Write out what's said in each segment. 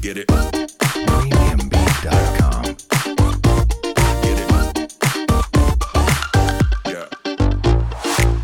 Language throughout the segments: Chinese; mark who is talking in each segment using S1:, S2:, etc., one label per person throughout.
S1: Get it. Premiumbeat.com. Get it. Yeah.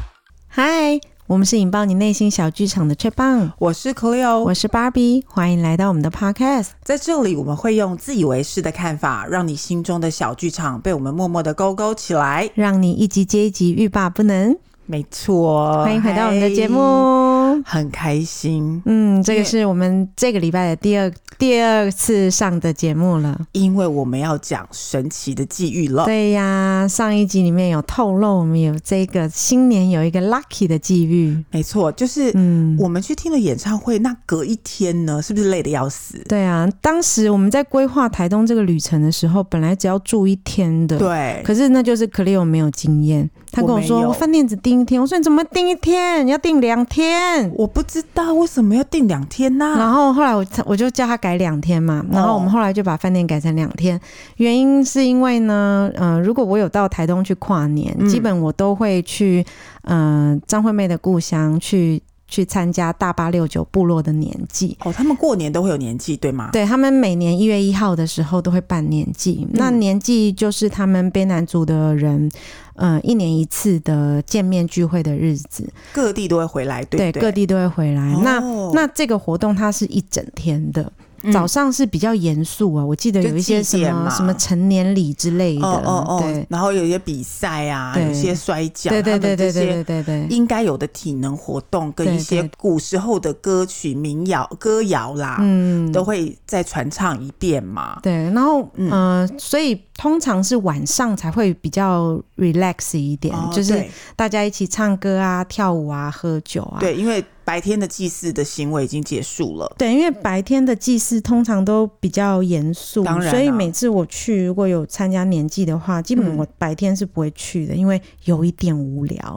S2: 嗨，我们是引爆你内心小剧场的雀棒，
S3: 我是 Cleo，
S2: 我是芭比，欢迎来到我们的 Podcast。
S3: 在这里我们会用自以为是的看法，让你心中的小剧场被我们默默的勾勾起来。
S2: 让你一集接一集欲罢不能。
S3: 没错，
S2: 欢迎回到我们的节
S3: 嗨，
S2: 目。
S3: 很开心，
S2: 嗯，这个是我们这个礼拜的第二第二次上的节目了。
S3: 因为我们要讲神奇的际遇了。
S2: 对呀，上一集里面有透露，我们有这个新年有一个 lucky 的际遇。
S3: 没错，就是
S2: 嗯，
S3: 我们去听了演唱会，那隔一天呢，是不是累得要死？
S2: 对啊，当时我们在规划台东这个旅程的时候，本来只要住一天的，
S3: 对，啊
S2: 可是那就是 Cleo 没有经验，他跟我说
S3: 我没有
S2: 我饭店只订一天，我说你怎么订一天？你要订两天。
S3: 我不知道为什么要订两天呐、
S2: 然后后来我我就叫他改两天
S3: 哦
S2: 嘛，然后我们后来就把饭店改成两天，原因是因为呢，呃，如果我有到台东去跨年，
S3: 嗯
S2: 基本我都会去，呃，张惠妹的故乡去去参加大八六九部落的年祭，
S3: 哦，他们过年都会有年纪，对吗？
S2: 对他们每年一月一号的时候都会办年
S3: 嗯
S2: 祭，那年祭就是他们卑南族的人，呃，一年一次的见面聚会的日子，
S3: 各地都会回来，对不对？
S2: 各地都会回来。那
S3: 哦
S2: 那这个活动它是一整天的，
S3: 嗯
S2: 早上是比较严肃啊，我记得有一些什
S3: 就祭奠
S2: 么
S3: 嘛
S2: 什么成年礼之类的，
S3: 哦哦哦
S2: 对，
S3: 然后有一些比赛啊，
S2: 对
S3: 有些摔跤，
S2: 对对
S3: 他
S2: 对
S3: 们
S2: 对
S3: 这些
S2: 对对对对。
S3: 应该有的体能活动跟
S2: 对
S3: 一些
S2: 对
S3: 古时候的歌曲、民谣、歌谣啦，
S2: 嗯，
S3: 都会再传唱一遍嘛。
S2: 对，然后嗯、
S3: 嗯
S2: 呃所以通常是晚上才会比较 relax 一点，
S3: 哦
S2: 就是
S3: 对
S2: 大家一起唱歌啊、跳舞啊、喝酒啊。
S3: 对，因为白天的祭祀的行为已经结束了。
S2: 对，因为白天的祭祀通常都比较严肃，
S3: 当然啊
S2: 所以每次我去，如果有参加年祭的话，基本
S3: 嗯
S2: 我白天是不会去的，因为有一点无聊。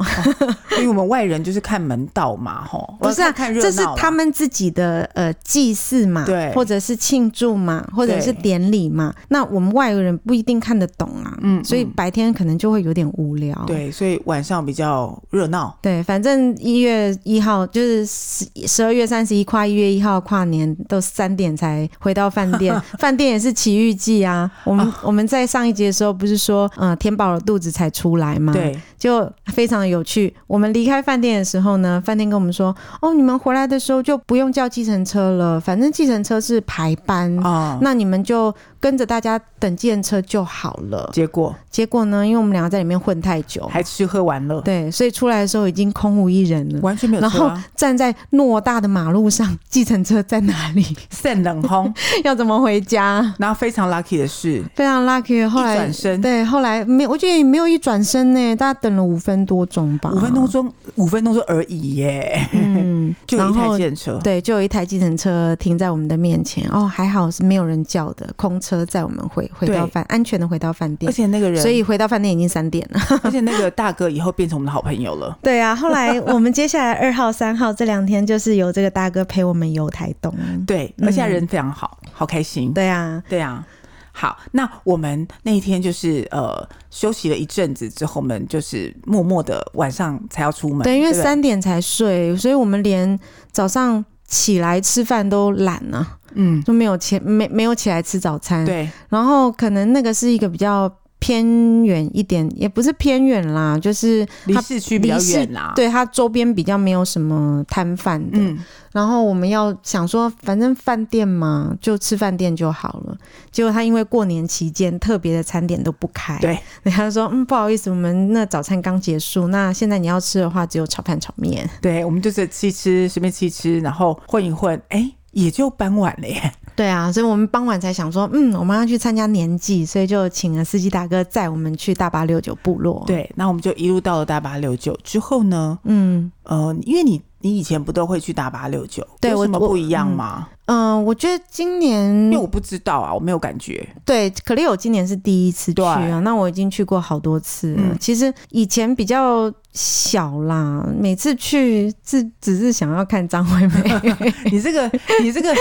S3: 因为我们外人就是看门道嘛，吼，
S2: 不是、
S3: 我
S2: 啊，
S3: 要看看
S2: 这
S3: 热
S2: 是
S3: 闹啦
S2: 他们自己的呃祭祀嘛，
S3: 对
S2: 或者是庆祝嘛，或者是典礼嘛。那我们外国人不一定看得懂啊，
S3: 嗯
S2: 所以
S3: 嗯
S2: 白天可能就会有点无聊。
S3: 对，所以晚上比较热闹。
S2: 对，反正一月一号就是十十二月三十一跨一月一号跨年，都三点才回到饭 店，饭店也是奇遇记啊。我们、我们在上一集的时候不是说，呃，填饱了肚子才出来吗？，
S3: 对，
S2: 就非常有趣。我们离开饭店的时候呢，饭店跟我们说，哦，你们回来的时候就不用叫计程车了，反正计程车是排班。
S3: 啊、
S2: 嗯那你们就跟着大家等计程车就好了。
S3: 结果
S2: 结果呢，因为我们两个在里面混太久，
S3: 还吃喝玩乐，
S2: 哦对，所以出来的时候已经空无一人了。
S3: 完全没有
S2: 然
S3: 车、
S2: 后
S3: 啊，
S2: 站在偌大的马路上，计程车在哪里？
S3: 肾冷烘。
S2: 要怎么回家？
S3: 然后非常 lucky 的是，
S2: 非常 lucky。后来
S3: 一转身
S2: 对，后来没有，我觉得也没有一转身呢，大家等了五分多钟吧，
S3: 五分钟钟，五分钟钟而已耶，，
S2: 嗯
S3: 就有
S2: 然
S3: 一台
S2: 后
S3: 电车。
S2: 对，就有一台计程车停在我们的面前。哦，还好是没有人叫的，空车载我们回回到
S3: 对
S2: 饭，安全的回到饭
S3: 而
S2: 店。
S3: 且那个人，
S2: 所以回到饭店已经三点 了。
S3: 而且那个大哥以后变成我们的好朋友了。
S2: 对啊，后来我们接下来二号、三号这两天就是由这个大哥陪我们游台东。
S3: 对，
S2: 嗯
S3: 而且他人非常好，好开心。
S2: 对啊，
S3: 对啊，好，那我们那一天就是呃休息了一阵子之后，我们就是默默的晚上才要出门。
S2: 对，因为
S3: 不
S2: 三点才睡，所以我们连早上起来吃饭都懒了、
S3: 嗯
S2: 就没有起没没有起来吃早餐。，
S3: 对
S2: 然后可能那个是一个比较偏远一点，也不是偏远啦，就是
S3: 离
S2: 它
S3: 市区比较
S2: 离市
S3: 远啊。，
S2: 对它周边比较没有什么摊贩的。
S3: 嗯，
S2: 然后我们要想说，反正饭店嘛，就吃饭店就好了。结果他因为过年期间特别的餐点都不开，
S3: 对，
S2: 然 后他说嗯不好意思，我们那早餐刚结束，那现在你要吃的话只有炒饭炒面。
S3: 对，我们就是吃一吃，随便吃一吃，然后混一混，哎、也就傍晚了耶。
S2: 对啊，所以我们傍晚才想说，嗯，我们要去参加年祭，所以就请了司机大哥载我们去大巴六九部落。，
S3: 对，那我们就一路到了大巴六九之后呢，
S2: 嗯，
S3: 呃，因为你你以前不都会去大巴六九，
S2: 对
S3: 有
S2: 我
S3: 什么
S2: 我
S3: 不一样吗？
S2: 嗯，我觉得今
S3: 因
S2: 年
S3: 为我不知道啊，我没有感觉。
S2: 对，可丽友今年是第一次去啊，
S3: 对
S2: 那我已经去过好多次了。
S3: 嗯
S2: 其实以前比较小啦，每次去是只是想要看张惠 妹，
S3: 你 这个，你这个，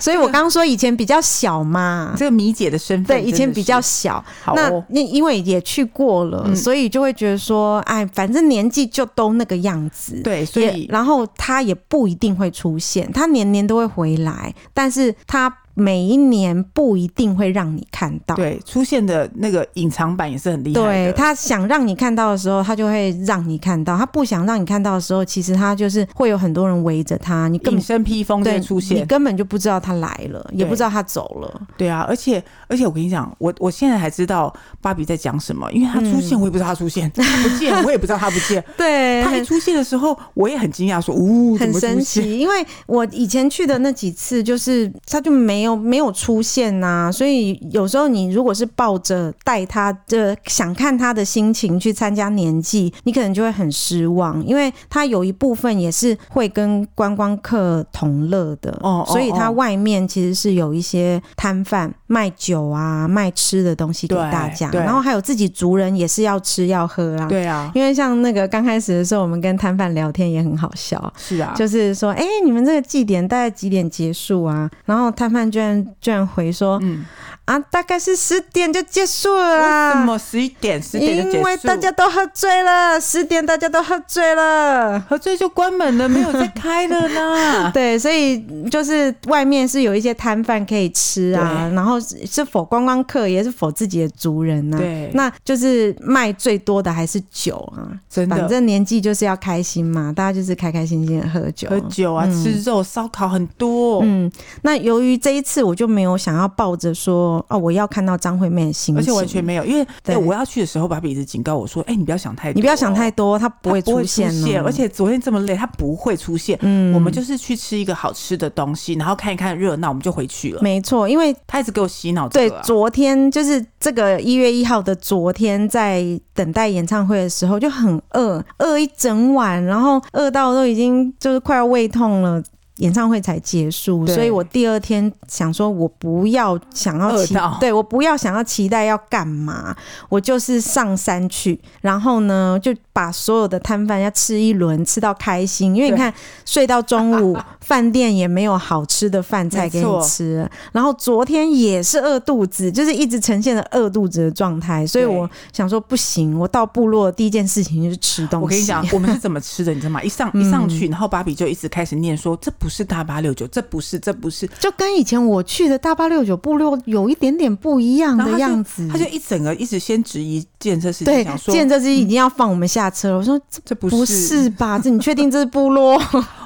S2: 所以我刚刚说以前比较小 嘛。
S3: 这个米姐的身份真
S2: 对，
S3: 的是，
S2: 以前比较小，
S3: 好
S2: 那
S3: 哦。
S2: 那因为也去过了，
S3: 嗯
S2: 所以就会觉得说，哎，反正年纪就都那个样子。
S3: 对，所
S2: 也
S3: 以
S2: 然后他也不一定会出现，他年年都会回来，但是他每一年不一定会让你看到。
S3: 对出现的那个隐藏版也是很厉害
S2: 对
S3: 的。
S2: 他想让你看到的时候，他就会让你看到；他不想让你看到的时候，其实他就是会有很多人围着他，你根
S3: 隐
S2: 本
S3: 身披风就
S2: 对
S3: 会出
S2: 你
S3: 现，
S2: 根本就不知道他来了，也
S3: 对
S2: 不知道他走了。
S3: 对啊，而且而且我跟你讲，我我现在还知道芭比在讲什么，因为她出
S2: 嗯
S3: 现，我也不知道她出现， 不见我也不知道她不见，
S2: 对
S3: 她一出现的时候，我也很惊讶，说呜，
S2: 嗯
S3: 怎
S2: 很
S3: 么出
S2: 神
S3: 现？
S2: 奇，因啊为我以前去的那几次，就是他就没有没有出现呐、所以有时候你如果是抱着带他的想看他的心情去参加年纪，你可能就会很失望，因为他有一部分也是会跟观光客同乐的，
S3: 哦哦
S2: 所以他
S3: 哦
S2: 外面其实是有一些摊贩卖酒啊、卖吃的东西给
S3: 对
S2: 大家，
S3: 对
S2: 然后还有自己族人也是要吃要喝啦。
S3: 对啊，
S2: 因为像那个刚开始的时候，我们跟摊贩聊天也很好笑，
S3: 是啊，
S2: 就是说，哎、你们这个祭典大概几点结束啊？然后摊贩居然居然回说，
S3: 嗯，
S2: 啊，大概是十点就结束了
S3: 为什
S2: 啦，
S3: 么十一点十点就结
S2: 啊因为
S3: 束？
S2: 大家都喝醉了，十点大家都喝醉了。
S3: 喝醉就关门了，没有再开了 啦。
S2: 对，所以就是外面是有一些摊贩可以吃啊，然后是是否观光客，也是否自己的族人呢、
S3: 对
S2: 那就是卖最多的还是酒啊，
S3: 真的
S2: 反正年纪就是要开心嘛，大家就是开开心心的喝酒，
S3: 喝酒啊，
S2: 嗯
S3: 吃肉、烧烤很多，
S2: 嗯，那由于这一次我就没有想要抱着说哦，我要看到张惠妹的心情，
S3: 而且完全没有，因为
S2: 对
S3: 哎我要去的时候，芭比一直警告我说：“哎，你不要想太多，
S2: 你不要想太多，
S3: 多，
S2: 她不
S3: 她
S2: 会
S3: 不
S2: 出
S3: 会出
S2: 现哦、
S3: 现，而且昨天这么累，她不会出现。
S2: 嗯
S3: 我们就是去吃一个好吃的东西，然后看一看热闹，我们就回去了。
S2: 没错，因为。
S3: 他一直给我洗脑这
S2: 对
S3: 个、，啊，
S2: 昨天就是这个一月一号的昨天，在等待演唱会的时候就很饿，饿一整晚，然后饿到都已经就是快要胃痛了，演唱会才结束，
S3: 对
S2: 所以我第二天想说，我不要想要
S3: 饿
S2: 期
S3: 到
S2: 对我不要想要期待要干嘛，我就是上山去，然后呢就把所有的摊贩要吃一轮，吃到开心。因为你
S3: 对
S2: 看睡到中午，饭店也没有好吃的饭菜给
S3: 没
S2: 你
S3: 错
S2: 吃，然后昨天也是饿肚子，就是一直呈现了饿肚子的状态，所以
S3: 对
S2: 我想说不行，我到部落第一件事情就是吃东西。
S3: 我跟你讲，我们嗯是怎么吃的，你知道吗？一 上一上去，然后芭比就一直开始念说：“这不是大八六九，这不是，这不是。
S2: 就跟以前我去的大八六九部落有一点点不一样
S3: 然后
S2: 的
S3: 他就
S2: 样子”。
S3: 他就一整个一直先质疑建设事情，
S2: 对
S3: 想，说
S2: 见这只已经要放我们下车了。我说这
S3: 这不
S2: 不是吧？这你确定这是部 落？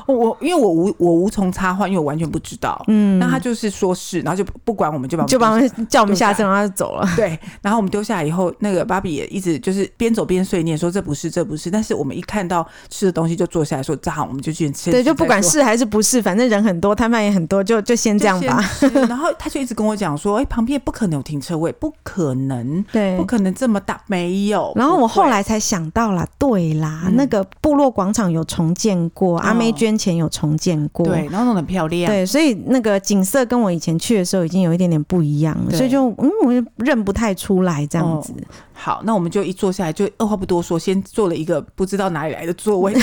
S3: 我，因为我无我无从插话，因为我完全不知道。
S2: 嗯，
S3: 那他就是说是，然后就不管我们就把我们
S2: 就把我
S3: 丢下
S2: 们叫我们下车，然后他就走了。
S3: 对，然后我们丢下来以后，那个芭比也一直就是边走边碎念说这不是这不是，但是我们一看到吃的东西就坐下来说，这好，我们就去吃。
S2: 对，就
S3: 再
S2: 不管
S3: 说
S2: 是还是不是，反正人很多，摊贩也很多，就就先
S3: 就
S2: 这样吧。
S3: 先吃然后他就一直跟我讲说，哎、旁边不可能有停车位，不可能，
S2: 对
S3: 不。可能这么大，没有。
S2: 然后我
S3: 不会
S2: 后来才想到啦，对啦，
S3: 嗯哦
S2: 那个部落广场有重建过，阿妹捐钱有重建过，
S3: 对，然后弄得很漂亮，
S2: 对，所以那个景色跟我以前去的时候已经有一点点不一样了，
S3: 对哦
S2: 所以就嗯，我就认不太出来这样子。
S3: 好，那我们就一坐下来，就二话不多说，先坐了一个不知道哪里来的座 位，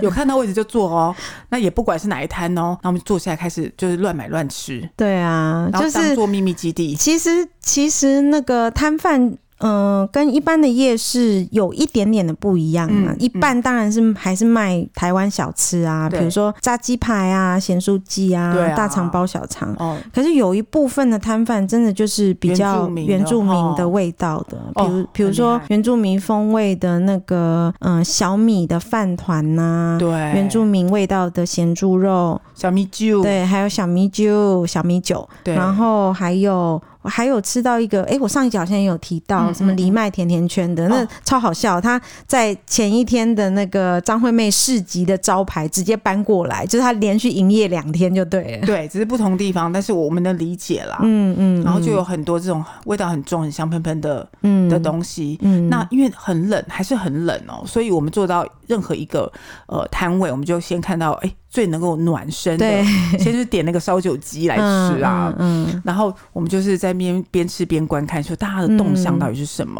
S3: 有看到位置就坐哦。那也不管是哪一摊哦，那我们坐下来开始就是乱买乱吃，
S2: 对啊，
S3: 然
S2: 就
S3: 后当
S2: 是
S3: 做秘密基地。
S2: 其实其实那个摊贩。嗯，跟一般的夜市有一点点的不一样啊。
S3: 嗯
S2: 一半当然是还是卖台湾小吃啊，比
S3: 对
S2: 如说炸鸡排啊、咸酥鸡啊、
S3: 对啊
S2: 大肠包小肠。
S3: 哦，
S2: 可是有一部分的摊贩真的就是比较
S3: 原住民的
S2: 原住民的味道的，比
S3: 哦
S2: 如
S3: 哦
S2: 比如
S3: 很
S2: 说
S3: 厉害
S2: 原住民风味的那个嗯、呃小米的饭团呐、
S3: 对，
S2: 嗯原住民味道的咸猪肉，
S3: 小米酒，
S2: 对，还有小米酒、小米酒，
S3: 对
S2: 然后还有我还有吃到一个，诶，我上一集好像也有提到
S3: 嗯
S2: 什么藜麦甜甜圈的，那
S3: 哦
S2: 超好笑。他在前一天的那个张惠妹市集的招牌直接搬过来，就是他连续营业两天就对了。
S3: 对，只是不同地方，但是我们能理解啦。
S2: 嗯嗯，
S3: 然后就有很多这种味道很重、很香喷喷的
S2: 嗯
S3: 的东西。
S2: 嗯，
S3: 那因为很冷，还是很冷哦，所以我们坐到任何一个呃摊位，我们就先看到哎、最能够暖身的
S2: 对，
S3: 先去点那个烧酒鸡来
S2: 嗯
S3: 吃啊。
S2: 嗯，嗯
S3: 然后我们就是在边边吃边观看，说大家的动向
S2: 嗯
S3: 到底是什么？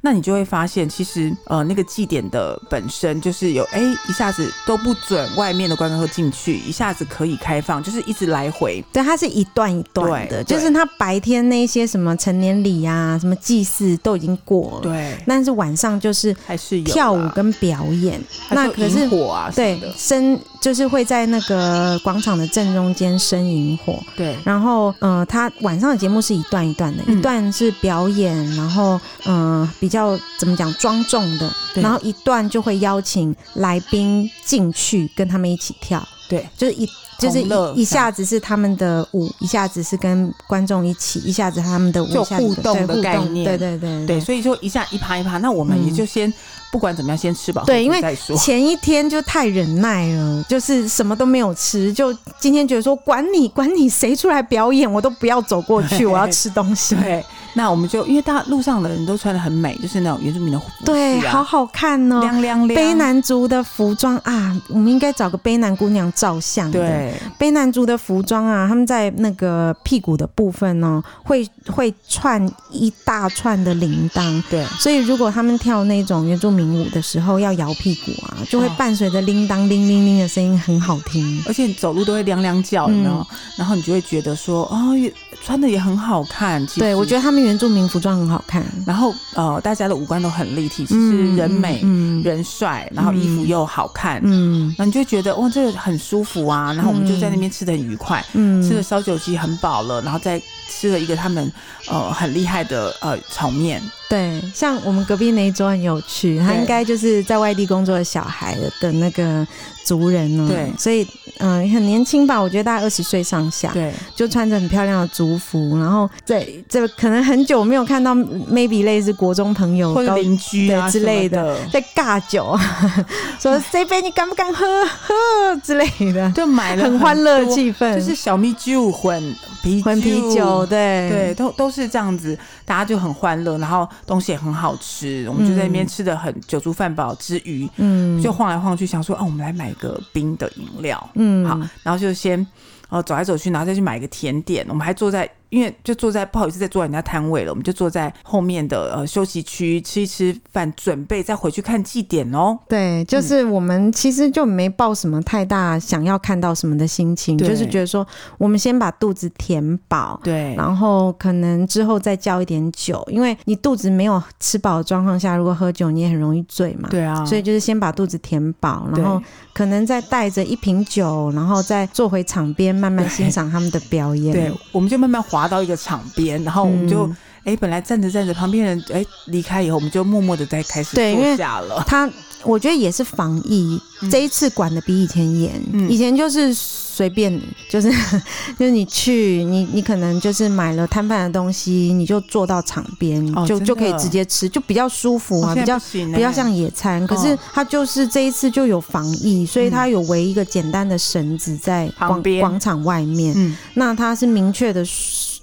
S3: 那你就会发现，其实呃，那个祭典的本身就是有哎，一下子都不准外面的观光客进去，一下子可以开放，就是一直来回。
S2: 对，它是一段一段
S3: 对
S2: 的，就是它白天那些什么成年礼啊、什么祭祀都已经过了，
S3: 对，
S2: 但是晚上就是
S3: 还是有啦
S2: 跳舞跟表演，
S3: 还
S2: 那
S3: 有
S2: 可
S3: 萤
S2: 是。
S3: 火啊什
S2: 对
S3: 么的，
S2: 生就是会在那个广场的正中间生萤火，
S3: 对
S2: 然后，呃，他晚上的节目是一段一段的，
S3: 嗯
S2: 一段是表演，然后，呃，比较怎么讲庄重的，
S3: 对
S2: 然后一段就会邀请来宾进去跟他们一起跳，
S3: 对，
S2: 就是一就是
S3: 同乐
S2: 一一下子是他们的舞，一下子是跟观众一起，一下子他们的舞，
S3: 就
S2: 一下子
S3: 互动
S2: 对
S3: 的
S2: 互
S3: 概
S2: 动
S3: 念
S2: 对对对
S3: 对，。所以就一下一趴一趴，那我们
S2: 嗯
S3: 也就先、不管怎么样，先吃饱
S2: 对因
S3: 喝足
S2: 为
S3: 再说。
S2: 前一天就太忍耐了，就是什么都没有吃，就今天觉得说管你管你谁出来表演，我都不要走过 去，我要吃东西。
S3: 对，那我们就因为大路上的人都穿的很美，就是那种原住民的服饰
S2: 对，好
S3: 啊，
S2: 好看哦。
S3: 亮亮亮。
S2: 卑南族的服装啊，我们应该找个卑南姑娘照相。，
S3: 对
S2: 卑南族的服装啊，他们在那个屁股的部分呢、会会串一大串的铃铛。
S3: 对
S2: 所以，如果他们跳那种原住民舞的时候，要摇屁股啊，就会
S3: 哦
S2: 伴随着铃铛铃铃铃的声音，很好听。
S3: 而且你走路都会踉踉叫，有
S2: 嗯
S3: 没有？然后你就会觉得说，哦，也穿的也很好看。其实
S2: 对，我觉
S3: 得，
S2: 得他们原住民服装很好看。
S3: 然后呃，大家的五官都很立体，其实
S2: 嗯，
S3: 人美、
S2: 嗯
S3: 人帅，然后衣服又好看，
S2: 嗯
S3: 那、你就会觉得哇，这个很舒服啊。然后我们就在那边吃的很愉快，
S2: 嗯，
S3: 吃了烧酒鸡很饱了，然后再吃了一个他们呃很厉害的呃炒面，
S2: 对，像我们隔壁那一桌很有趣，他
S3: 对
S2: 应该就是在外地工作的小孩的那个族人呢、
S3: 对
S2: 所以嗯、呃很年轻吧，我觉得大概二十岁上下，
S3: 对
S2: 就穿着很漂亮的族服，然后在这可能很久没有看到，maybe 类似国中朋友
S3: 或者
S2: 高
S3: 邻居啊
S2: 对之类
S3: 的。
S2: 在尬酒， 说这杯你敢不敢喝喝之类的，
S3: 就买了
S2: 很欢乐
S3: 多
S2: 气氛，
S3: 就是小米酒混啤
S2: 嗯混啤酒，对
S3: 对，都都是这样子，大家就很欢乐，然后东西也很好吃，我们就在那边
S2: 嗯
S3: 吃的很酒足饭饱之余，
S2: 嗯，
S3: 就晃来晃去，想说，哦、我们来买个冰的饮料，
S2: 嗯
S3: 好，然后就先呃走来走去，然后再去买一个甜点，我们还坐在。因为就坐在不好意思再坐在人家摊位了，我们就坐在后面的呃休息区吃一吃饭，准备再回去看祭典哦。
S2: 对，就是我们其实就没抱什么太大想要看到什么的心情，
S3: 对
S2: 就是觉得说我们先把肚子填饱。
S3: 对
S2: 然后可能之后再叫一点酒，因为你肚子没有吃饱的状况下，如果喝酒你也很容易醉嘛。、
S3: 对啊，
S2: 所以就是先把肚子填饱，然后
S3: 对
S2: 可能再带着一瓶酒，然后再坐回场边慢慢欣赏他们的表演。
S3: 对，我们就慢慢滑到一个场边，然后我们就
S2: 嗯
S3: 哎、本来站着站着，旁边人哎离开以后，我们就默默的在开始
S2: 对因
S3: 坐
S2: 为
S3: 下了。
S2: 他我觉得也是防疫，
S3: 嗯
S2: 这一次管的比以前严。
S3: 嗯
S2: 以前就是随便你，就是 就是你去，你你可能就是买了摊贩的东西，你就坐到场边，
S3: 哦
S2: 就
S3: 真的
S2: 就可以直接吃，就比较舒服啊，
S3: 哦现在
S2: 比较
S3: 不。行
S2: 比较
S3: 欸
S2: 像野餐，可是他就是这一次就有防疫，所以他有围一个简单的绳子在
S3: 嗯旁
S2: 广
S3: 边
S2: 广场外面。
S3: 嗯，
S2: 那他是明确的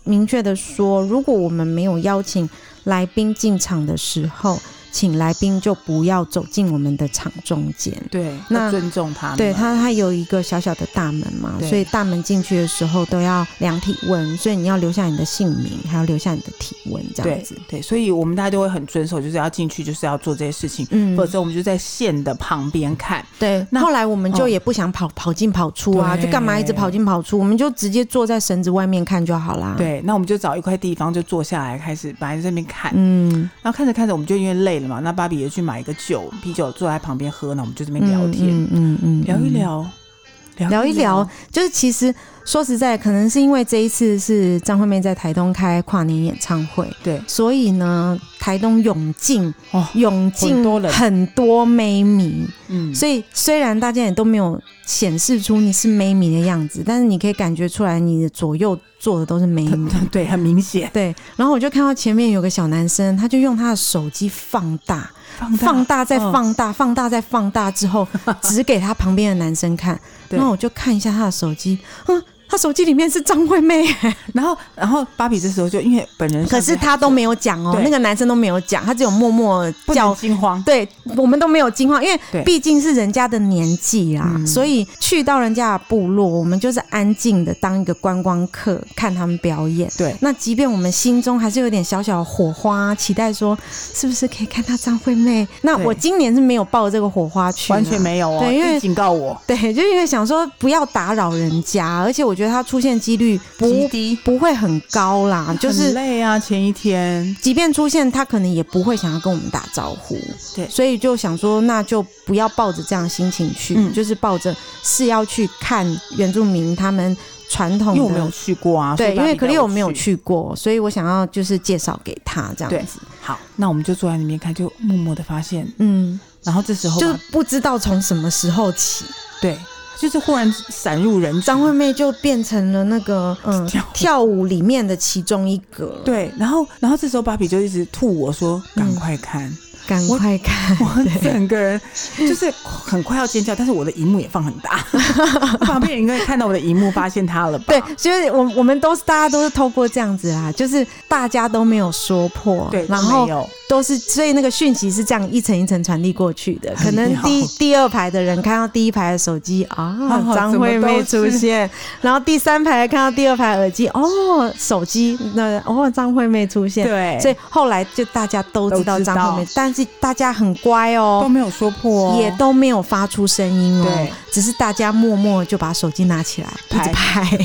S2: 明确的说，如果我们没有邀请来宾进场的时候，请来宾就不要走进我们的场中间。
S3: 对，
S2: 那
S3: 要尊重他们。
S2: 对它，它有一个小小的大门嘛，
S3: 对
S2: 所以大门进去的时候都要量体温，所以你要留下你的姓名，还要留下你的体温，这样
S3: 对
S2: 子。
S3: 对，所以我们大家都会很遵守，就是要进去，就是要做这些事情。
S2: 嗯
S3: 否则我们就在线的旁边看，
S2: 对，
S3: 那
S2: 后来我们就
S3: 嗯
S2: 也不想跑、跑进跑出啊，
S3: 对
S2: 就干嘛一直跑进跑出，我们就直接坐在绳子外面看就好啦。，
S3: 对，那我们就找一块地方就坐下来，开始本来在那边看，
S2: 嗯，
S3: 然后看着看着我们就因为累了嘛，那芭比也去买一个酒啤酒坐在旁边喝，那我们就这边聊天、
S2: 嗯嗯嗯，嗯
S3: 聊一聊，
S2: 聊一
S3: 哦
S2: 聊，就是其实说实在，可能是因为这一次是张惠妹在台东开跨年演唱会，
S3: 对，
S2: 所以呢，台东涌进
S3: 哦
S2: 涌进
S3: 很多人
S2: 很多妹迷，
S3: 嗯，
S2: 所以虽然大家也都没有显示出你是妹迷的样子，但是你可以感觉出来，你的左右坐的都是妹迷。
S3: 对，很明显，
S2: 对，然后我就看到前面有个小男生，他就用他的手机放大，
S3: 放大
S2: 放大再
S3: 嗯
S2: 放大，放大再 放大之后，指给他旁边的男生看。
S3: 对
S2: 然后我就看一下他的手机，嗯，他手机里面是张惠妹，
S3: 然后，然后芭比这时候就因为本人
S2: 可是他都没有讲哦，
S3: 对
S2: 那个男生都没有讲，他只有默默
S3: 不
S2: 叫
S3: 能惊慌，
S2: 对我们都没有惊慌，因为
S3: 对
S2: 毕竟是人家的年纪啦，所以去到人家的部落，我们就是安静的当一个观光客看他们表演。
S3: 对
S2: 那即便我们心中还是有点小小的火花，期待说是不是可以看到张惠妹？那
S3: 对
S2: 我今年是没有抱这个火花去，
S3: 完全。没有哦，
S2: 对因为
S3: 一警告我
S2: 对，就因为想说不要打扰人家，而且我觉得他出现几率
S3: 极
S2: 不
S3: 低，
S2: 不会很高啦，就
S3: 很
S2: 是
S3: 累啊，前一天
S2: 即便出现，他可能也不会想要跟我们打招呼。
S3: 对
S2: 所以就想说，那就不要抱着这样的心情去，
S3: 嗯
S2: 就是抱着是要去看原住民他们传统
S3: 因
S2: 的。
S3: 为我没有去过啊，所
S2: 对，
S3: 以
S2: 因为
S3: 芭比
S2: 可
S3: 带
S2: 丽我没有
S3: 去。
S2: 去过，所以我想要就是介绍给他这样
S3: 对
S2: 子。
S3: 好，那我们就坐在那边看，就默默的发现，
S2: 嗯，
S3: 然后这时候
S2: 就
S3: 吧
S2: 是不知道从什么时候起，
S3: 对，就是忽然闪入人群
S2: 张惠妹就变成了那个嗯
S3: 跳舞
S2: 跳舞里面的其中一个。，
S3: 对，然后然后这时候芭比就一直吐我说赶 快看，
S2: 赶
S3: 我
S2: 快看。
S3: 我整个人就是很快要尖叫，但是我的荧幕也放很 大， 旁边人应该看到我的荧幕发现他了吧？
S2: 对，所以我我们都是大家都是透过这样子啦，就是大家都没有说破，
S3: 对，
S2: 然
S3: 都
S2: 后
S3: 没有
S2: 都是，所以那个讯息是这样一层一层传递过去
S3: 哎
S2: 的。可能第
S3: 妙
S2: 第二排的人看到第一排的手机啊
S3: 啊，
S2: 张惠妹
S3: 怎
S2: 出
S3: 么都是
S2: 现，然后第三排看到第二排耳机，哦，手机那哦，张惠妹出现。
S3: 对，
S2: 所以后来就大家都知道
S3: 都知道
S2: 张惠妹，但是大家很乖
S3: 都
S2: 哦，
S3: 没有说破、哦，
S2: 也都没有发出声音哦
S3: 对，
S2: 只是大家默默就把手机拿起来一直拍。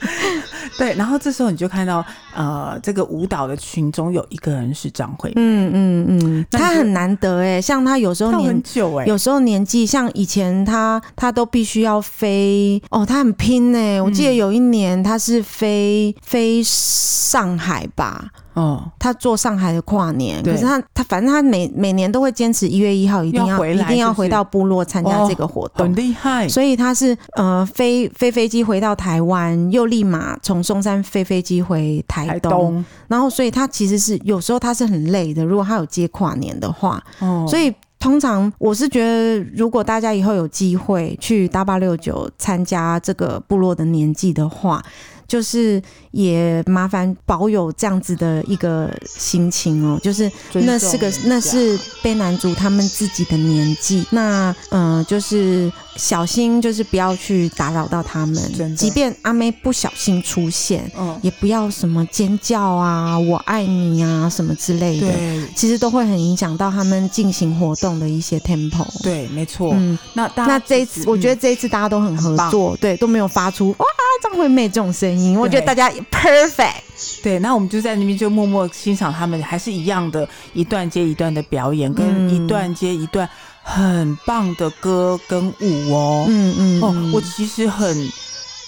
S3: 对。然后这时候你就看到，呃，这个舞蹈的群中有一个人是张惠妹，
S2: 嗯嗯嗯，
S3: 那你
S2: 他
S3: 就
S2: 很难得哎，像他有时候
S3: 跳
S2: 年
S3: 很久哎、
S2: 有时候年纪像以前他他都必须要飞哦，他很拼呢、
S3: 嗯
S2: 我记得有一年他是飞、飞上海吧。
S3: 哦，
S2: 他做上海的跨年，
S3: 对
S2: 可是他他反正他每每年都会坚持一月一号一定要
S3: 要
S2: 一
S3: 回来
S2: 定要
S3: 就是
S2: 回到部落参加
S3: 哦
S2: 这个活动，
S3: 很厉害，
S2: 所以他是呃飞飞飞机回到台湾，又立马从松山飞飞机回台
S3: 台
S2: 东，
S3: 东
S2: 然后所以他其实是有时候他是很累的，如果他有接跨年的话，
S3: 哦，
S2: 所以通常我是觉得，如果大家以后有机会去大八六九参加这个部落的年纪的话，就是也麻烦保有这样子的一个心情哦，就是
S3: 尊
S2: 那
S3: 重
S2: 是个
S3: 人家
S2: 那是卑南族他们自己的年纪，那嗯、呃就是小心，就是不要去打扰到他
S3: 真
S2: 们，
S3: 的
S2: 即便阿妹不小心出现。
S3: 哦，
S2: 也不要什么尖叫啊，我爱你啊，什么之类的。
S3: 对
S2: 其实都会很影响到他们进行活动的一些 tempo。，
S3: 对，没错。
S2: 嗯，
S3: 那大家
S2: 那这一
S3: 其
S2: 次
S3: 实
S2: 我觉得
S3: 嗯
S2: 这一次大家都很合
S3: 很
S2: 作，对，都没有发出哇张惠妹这种声音，我觉得
S3: 对
S2: 大家 perfect。
S3: 对，那我们就在那边就默默欣赏他们，还是一样的一段接一段的表演，跟
S2: 嗯
S3: 一段接一段很棒的歌跟舞哦。
S2: 嗯嗯，
S3: 哦
S2: 嗯，
S3: 我其实很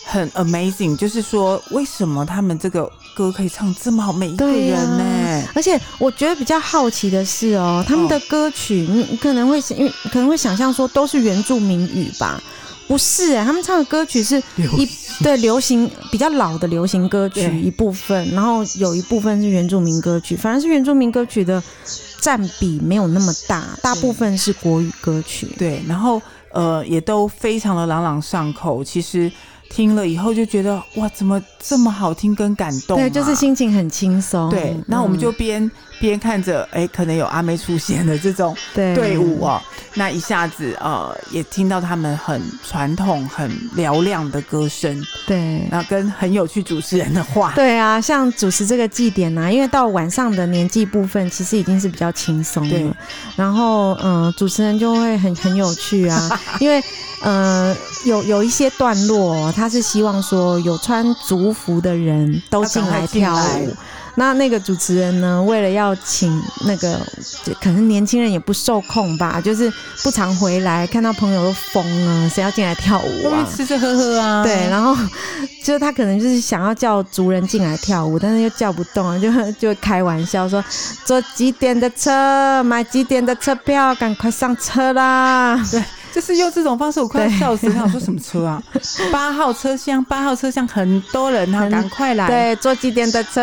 S3: 很 amazing，就是说为什么他们这个歌可以唱这么好，每一个
S2: 对呀
S3: 人呢、
S2: 而且我觉得比较好奇的是哦，他们的歌曲，你你可能会因为可能会想象说都是原住民语吧。不是、哎，他们唱的歌曲是一 对流行比较老的流行歌曲
S3: 对
S2: 一部分，然后有一部分是原住民歌曲，反而是原住民歌曲的占比没有那么大，大部分是国语歌曲。
S3: 对，然后呃也都非常的朗朗上口，其实。听了以后就觉得哇，怎么这么好听跟感动、啊？
S2: 对，就是心情很轻松。
S3: 对
S2: 嗯，
S3: 那我们就边边看着，哎、可能有阿妹出现的这种
S2: 对
S3: 队伍，哦，那一下子呃，也听到他们很传统、很嘹亮的歌声，
S2: 对，
S3: 那跟很有趣主持人的话，
S2: 对啊，像主持这个祭典啊，因为到晚上的年纪部分，其实已经是比较轻松
S3: 对
S2: 了。然后，嗯、主持人就会很很有趣 啊，因为，呃，有有一些段落哦、他是希望说有穿族服的人都进来跳
S3: 要赶快进
S2: 舞
S3: 来。
S2: 那那个主持人呢，为了要请那个，就可能年轻人也不受控吧，就是不常回来，看到朋友都疯了，谁要进来跳舞
S3: 外面
S2: 啊？
S3: 吃吃喝喝啊，
S2: 对，然后就是他可能就是想要叫族人进来跳舞，但是又叫不动啊，就 就开玩笑说坐几点的车，买几点的车票，赶快上车啦！
S3: 就是用这种方式，我快要
S2: 对
S3: 笑死，我想说什么 车啊？八号车厢，八号车厢很多人啊，
S2: 很
S3: 赶快来。
S2: 对，坐几点的车。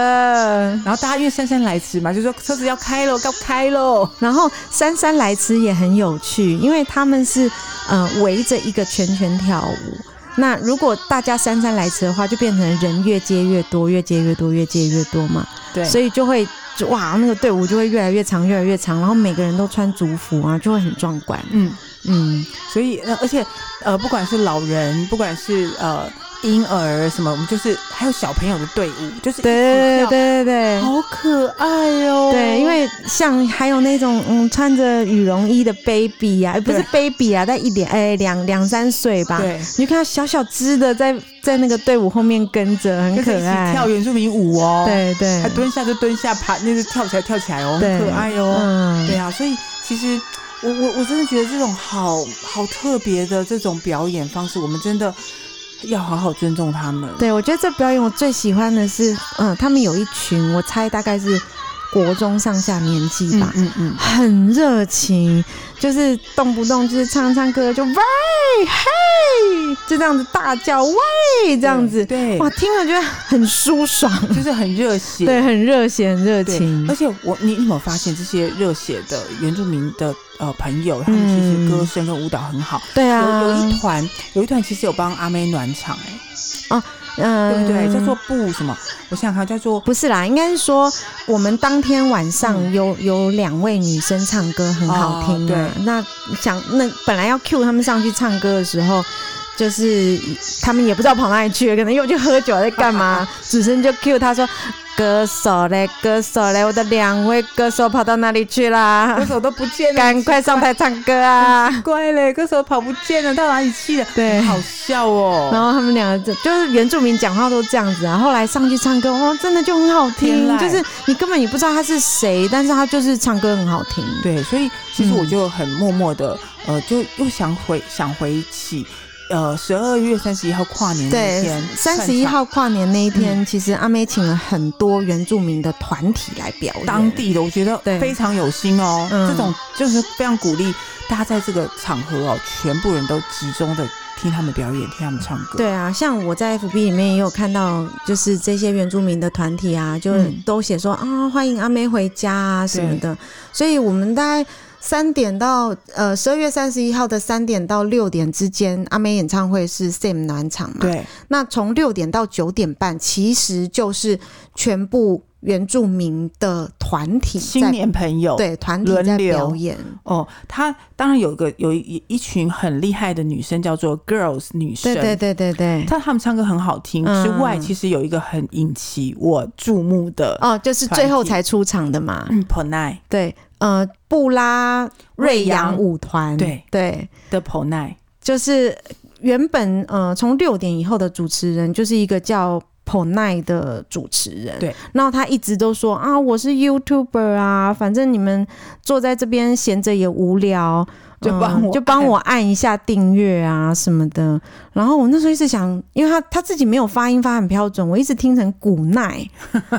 S3: 然后大家因为姗姗来迟嘛，就说车子要开喽，要开喽。
S2: 然后姗姗来迟也很有趣，因为他们是呃围着一个圈圈跳舞。那如果大家姗姗来迟的话，就变成人越接越多，越接越多，越接越多嘛。
S3: 对
S2: 所以就会就哇，那个队伍就会越来越长，越来越长，然后每个人都穿族服啊，就会很壮观。
S3: 嗯，
S2: 嗯，
S3: 所以呃，而且呃，不管是老人，不管是呃婴儿什么，我们就是还有小朋友的队伍，就是一起
S2: 对对
S3: 跳，
S2: 对对对。
S3: 好可爱哦。
S2: 对，因为像还有那种嗯穿着羽绒衣的 baby 啊，呃不是 baby 啊，在一点哎两两三岁吧，
S3: 对，
S2: 你就看到小小只的在在那个队伍后面跟着，很
S3: 就是
S2: 可
S3: 一起
S2: 爱。
S3: 跳原住民舞哦。。
S2: 对对
S3: 还，蹲下就蹲下，爬那就跳起来跳起来哦，
S2: 对
S3: 很可爱哦。
S2: 嗯，
S3: 对啊，所以其实我我我真的觉得这种好好特别的这种表演方式，我们真的要好好尊重他们。
S2: 对，我觉得这表演我最喜欢的是，嗯，他们有一群，我猜大概是国中上下年纪
S3: 嗯，
S2: 吧，
S3: 嗯嗯
S2: 很热情，就是动不动就是唱唱歌就喂嘿，就这样子大叫喂这
S3: 这
S2: 样子，
S3: 对，
S2: 哇，听了觉得很舒爽，
S3: 就是很热血。
S2: 对，很热血，很热
S3: 对
S2: 情
S3: 而，且我你你有没有发现这些热血的原住民的呃朋友，他们其实歌声跟舞蹈很好。
S2: 对嗯啊，
S3: 有有一团，有一团其实有帮阿妹暖场、哎，
S2: 嗯，
S3: 对不对？叫做布什么？我想想看，叫做
S2: 不是啦，应该是说我们当天晚上
S3: 嗯
S2: 有、有两位女生唱歌很好听啊。
S3: 哦
S2: 那想那本来要 cue 他们上去唱歌的时候，就是他们也不知道跑哪里去了，可能又去喝酒啊在干
S3: 啊
S2: 嘛。主持人就 cue 他说：“歌手嘞，歌手嘞，我的两位歌手跑到哪里去啦
S3: 歌？手都不见了，
S2: 赶快上台唱歌啊
S3: 乖嘞，歌手跑不见了，到哪里去了？！”
S2: 对。
S3: 好 笑
S2: 然
S3: 哦！
S2: 后他们两个就就是原住民讲话都这样子啊，后来上去唱歌，哇，真的就很好
S3: 天
S2: 听，
S3: 籁
S2: 就是你根本也不知道他是谁，但是他就是唱歌很好听。
S3: 对，所以其实
S2: 嗯
S3: 我就很默默的，呃，就又想回想回起，呃，十二月三十一号跨年那
S2: 对
S3: 天，，
S2: 三十一
S3: 串场嗯
S2: 号跨年那一天，其实阿妹请了很多原住民的团体来表演，
S3: 当地的，我觉得
S2: 对
S3: 非常有心哦。
S2: 嗯
S3: 这种就是非常鼓励大家在这个场合哦，全部人都集中的听他们表演，听他们唱歌。
S2: 对啊，像我在 FB 里面也有看到，就是这些原住民的团体啊，就
S3: 嗯
S2: 都写说啊、欢迎阿妹回家啊什么的。所以我们大概三点到呃十二月三十一号的三点到六点之间，阿妹演唱会是 Sam 暖场嘛。。
S3: 对
S2: 那从六点到九点半，其实就是全部原住民的团体
S3: 青
S2: 在
S3: 年朋友，
S2: 嗯对团体在
S3: 轮流
S2: 表演，
S3: 哦，他当然有一个有一一群很厉害的女生叫做 Girls 女生，
S2: 对对对对对。
S3: 但他们唱歌很好听
S2: 嗯
S3: 之外，其实有一个很引起我注目的，
S2: 哦，就是最后才出场的嘛，
S3: 嗯 p o n a
S2: 对，呃，布拉瑞扬舞团，
S3: 对
S2: 对，
S3: 的 p o n a
S2: 就是原本呃从六点以后的主持人就是一个叫。p o n a 的主持人，
S3: 对，
S2: 然后他一直都说啊，我是 YouTuber 啊，反正你们坐在这边闲着也无聊，
S3: 就
S2: 嗯
S3: 帮我
S2: 就帮我按一下订阅啊什么的。然后我那时候一直想，因为他他自己没有发音发很标准，我一直听成古 奈，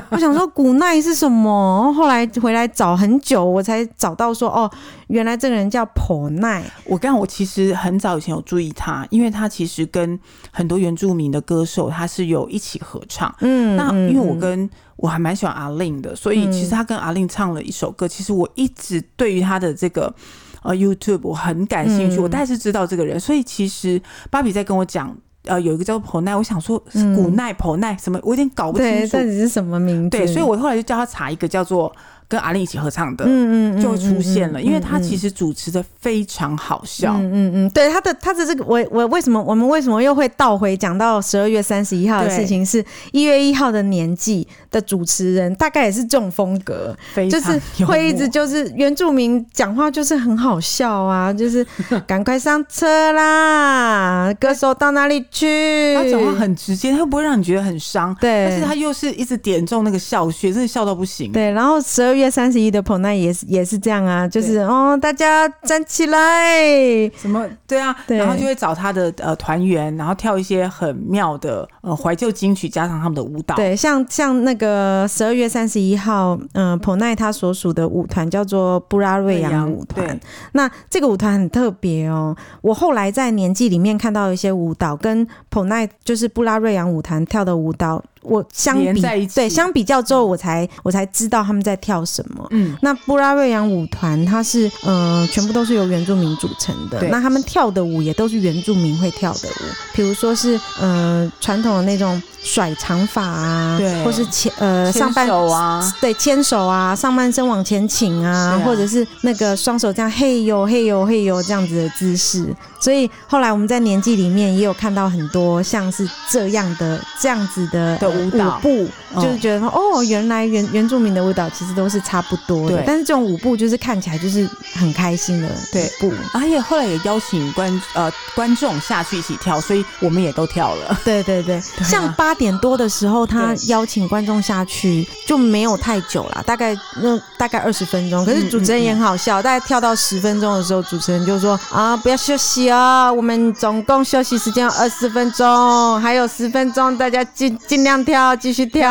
S2: 我想说古奈是什么？然后后来回来找很久，我才找到说哦，原来这个人叫 p o n a
S3: 我刚我其实很早以前有注意他，因为他其实跟很多原住民的歌手他是有一起合唱。
S2: 嗯，
S3: 那
S2: 嗯
S3: 因为我
S2: 嗯
S3: 跟我还蛮喜欢阿令的，所以
S2: 嗯
S3: 其实他跟阿令唱了一首歌，其实我一直对于他的这个。呃，YouTube 我很感兴趣，
S2: 嗯
S3: 我大概是知道这个人，所以其实芭比在跟我讲，呃，有一个叫彭奈，我想说是
S2: 嗯
S3: 古奈、彭奈什么，我有点搞不清
S2: 对，
S3: 楚
S2: 到。底是什么名字？
S3: 对，所以我后来就叫他查一个叫做跟阿令一起合唱的，
S2: 嗯嗯嗯
S3: 就会出现了，因为他其
S2: 实
S3: 实主持的非常好笑。
S2: 嗯嗯嗯，对他的他的这个我我为什么我们为什么又会倒回讲到十二月三十一号的
S3: 对
S2: 事情？是一月一号的年纪的主持人大概也是这种风 格，
S3: 非
S2: 就
S3: 常
S2: 是
S3: 幽
S2: 会一
S3: 默
S2: 直就是原住民讲话就是很好笑 啊，就是赶快上车啦，歌手到哪里去？
S3: 他讲话很直接，他又不会让你觉得很伤，
S2: 对，
S3: 但是他又是一直点中那个笑穴，真的笑到不行。
S2: 对，然后十二月三十一的彭奈也是也是这样啊，就是
S3: 对
S2: 哦，大家站起来，
S3: 什么？对啊，
S2: 对
S3: 然后就会找他的呃团员，然后跳一些很妙的呃怀旧金曲，加上他们的舞蹈。
S2: 对，像像那个十二月三十一号，嗯、彭奈他所属的舞团叫做布拉瑞扬舞团
S3: 对。
S2: 那这个舞团很特别哦，我后来在年纪里面看到一些舞蹈，跟彭奈就是布拉瑞扬舞团跳的舞蹈我相
S3: 连
S2: 比
S3: 在一起
S2: 对相比较之后，我才我才知道他们在跳什么。
S3: 嗯，
S2: 那布拉瑞扬舞团它是呃全部都是由原住民组成的，
S3: 对
S2: 那他们跳的舞也都是原住民会跳的舞，比如说是呃传统的那种甩长发啊，
S3: 对
S2: 或是前呃上半
S3: 牵手啊，
S2: 对，牵手啊，上半身往前倾啊，
S3: 对啊
S2: 或者是那个双手这样嘿呦嘿呦嘿呦这样子的姿势。所以后来我们在年纪里面也有看到很多像是这样的这样子的
S3: 的舞蹈
S2: 步，
S3: 嗯
S2: 就是觉得说哦，原来原原住民的舞蹈其实都是差不多的
S3: 对，
S2: 但是这种舞步就是看起来就是很开心的
S3: 对
S2: 舞步。
S3: 而且后来也邀请观呃观众下去一起跳，所以我们也都跳了。
S2: 对对对，
S3: 啊
S2: 像八点多的时候，他
S3: 对
S2: 邀请观众下去就没有太久啦，大概那大概二十分钟。可
S3: 嗯
S2: 是主持人也很好笑，大概跳到十分钟的时候，主持人就说啊，不要休息哦，我们总共休息时间有二十分钟，还有十分钟，大家尽尽量跳，继续
S3: 跳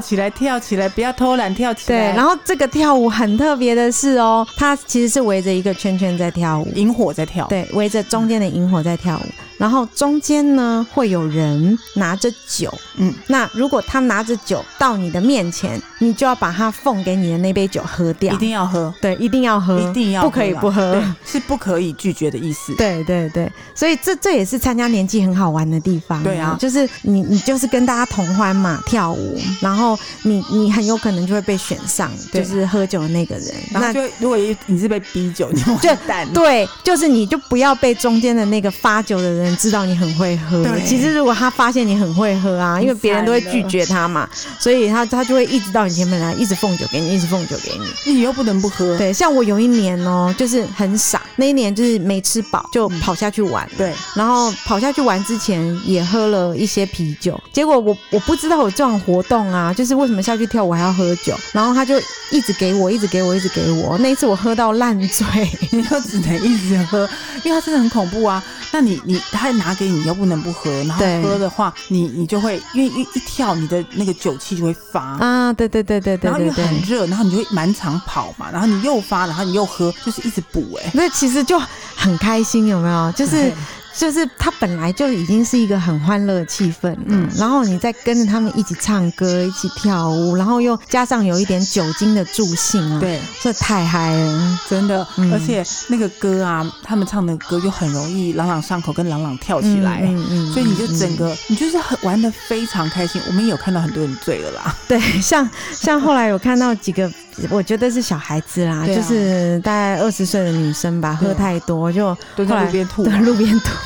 S3: 起来，跳起来，跳起来，不要偷懒，跳起
S2: 哦对，
S3: 来。
S2: 然后这个跳舞很特别的是哦，它其实是围着一个圈圈在跳舞，
S3: 萤火在跳，
S2: 对，围着中间的萤火在跳舞，然后中间呢会有人拿着酒，
S3: 嗯，
S2: 那如果他拿着酒到你的面前，你就要把他奉给你的那杯酒喝掉
S3: 一，定要喝，
S2: 对，一定要喝，
S3: 一定要
S2: 不可以
S3: 啊
S2: 不喝。
S3: 对是不可以拒绝的意思。
S2: 对对对，所以这这也是参加年纪很好玩的地方。
S3: 对啊
S2: 就是你你就是跟大家同欢嘛，跳舞，然后你你很有可能就会被选上，
S3: 对
S2: 就是喝酒的那个人。
S3: 然后
S2: 那
S3: 就如果一你是被逼酒，你就
S2: 就
S3: 完蛋了。
S2: 对，就是你就不要被中间的那个发酒的人知道你很会喝
S3: 对。
S2: 其实如果他发现你很会喝啊，因为别人都会拒绝他嘛，所以他他就会一直到你前面来，一直奉酒给你，一直奉酒给你。
S3: 你又不能不喝。
S2: 对，像我有一年哦、就是很傻，那一年就是没吃饱就跑下去玩，
S3: 对，
S2: 然后跑下去玩之前也喝了一些啤酒，结果我我不知道有这种活动啊，就是为什么下去跳舞还要喝酒，然后他就一直给我，一直给我，一直给我，那一次我喝到烂醉，
S3: 你就只能一直喝，因为它真的很恐怖啊。那你你他拿给你，你又不能不喝，然后
S2: 对
S3: 喝的话，你你就会因为一一跳，你的那个酒气就会发。
S2: 啊，对对对对对
S3: 然后因
S2: 对
S3: 为很
S2: 对。
S3: 热，然后你就会满场跑嘛，然后你又发，然后你又喝，就是一直补哎、
S2: 那其实就很开心，有没有？就是
S3: 对
S2: 就是，它本来就已经是一个很欢乐的气氛了，
S3: 嗯
S2: 然后你再跟着他们一起唱歌、一起跳舞，然后又加上有一点酒精的助兴啊，，
S3: 对，
S2: 这太嗨了，
S3: 真的，
S2: 嗯
S3: 而且那个歌啊，他们唱的歌又很容易朗朗上口，跟朗朗跳起来。
S2: 嗯嗯
S3: 所以你就整
S2: 嗯
S3: 个，你就是很玩的非常开心。我们也有看到很多人醉了 啦，
S2: 对，像像后来有看到几个，我觉得是小孩子啦，
S3: 对啊
S2: 就是大概二十岁的女生吧，
S3: 对
S2: 喝太多就
S3: 都
S2: 后
S3: 在
S2: 来
S3: 路边吐。啊
S2: 在路边吐。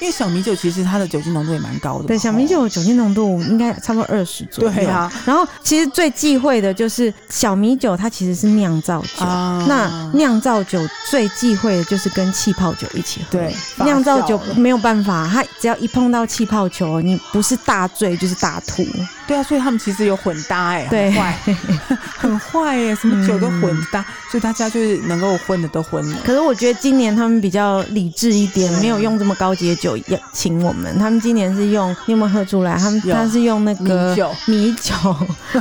S3: 因为小米酒其实它的酒精浓度也蛮高的嘛。
S2: 对，小米酒酒精浓度应该差不多二十左右。
S3: 对啊。
S2: 然后其实最忌讳的就是小米酒，它其实是酿造酒。
S3: 啊
S2: 那酿造酒最忌讳的就是跟气泡酒一起喝。
S3: 对
S2: 酿造酒
S3: 发酵了
S2: 没有办法，它只要一碰到气泡球，你不是大醉就是大吐。
S3: 对啊，所以他们其实有混搭哎、
S2: 对
S3: 很坏， 很坏哎、什么酒都混搭，
S2: 嗯
S3: 所以大家就是能够混的都混了。
S2: 可是我觉得今年他们比较理智一点，没有用这么高级的酒要请我们。他们今年是用，你有没有喝出来？他们
S3: 有
S2: 他是用那
S3: 米
S2: 个
S3: 酒，
S2: 米 酒，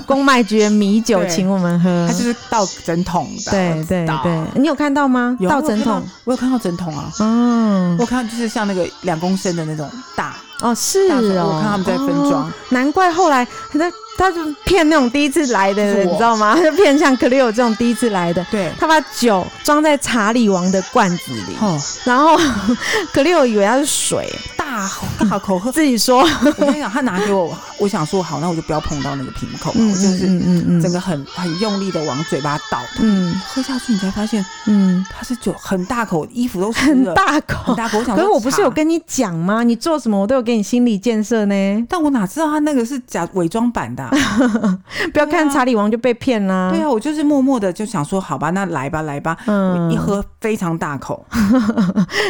S2: 公卖局的米酒
S3: 对
S2: 请我们喝
S3: 它。就是倒整桶的，
S2: 对
S3: 我知
S2: 对
S3: 道
S2: 对，你有看到吗？
S3: 有
S2: 倒整，
S3: 我有
S2: 桶
S3: 看到。我有看到整桶啊，
S2: 哦
S3: 我看到就是像那个两公升的那种大，
S2: 哦，是
S3: 大桶
S2: 哦，
S3: 我看他们在分装
S2: 哦难怪后来他他就骗那种第一次来的
S3: 就是
S2: 人，
S3: 我
S2: 你知道吗？他就骗像克 l 有这种第一次来的，
S3: 对，
S2: 他把酒装在查理王的罐子里，
S3: 哦，
S2: 然后克 l 以为它是水，
S3: 大大口喝。
S2: 自己说，
S3: 我跟你讲，他拿给我，我想说好，那我就不要碰到那个瓶口嘛，
S2: 嗯
S3: 我就是
S2: 嗯嗯
S3: 整个很很用力的往嘴巴倒，
S2: 嗯
S3: 喝下去你才发现
S2: 嗯
S3: 它是酒，很大口，衣服都湿
S2: 很
S3: 了，
S2: 大
S3: 很
S2: 口。
S3: 大口。我想
S2: 可
S3: 说，
S2: 是我不是有，跟你讲吗？你做什么我都有给你心理建设呢。
S3: 但我哪知道他那个是假伪装版的啊、
S2: 不要
S3: 对啊
S2: 看查理王就被骗啦。
S3: 对啊，我就是默默的就想说，好吧，那来吧，来吧。我
S2: 嗯，
S3: 一喝非常大口，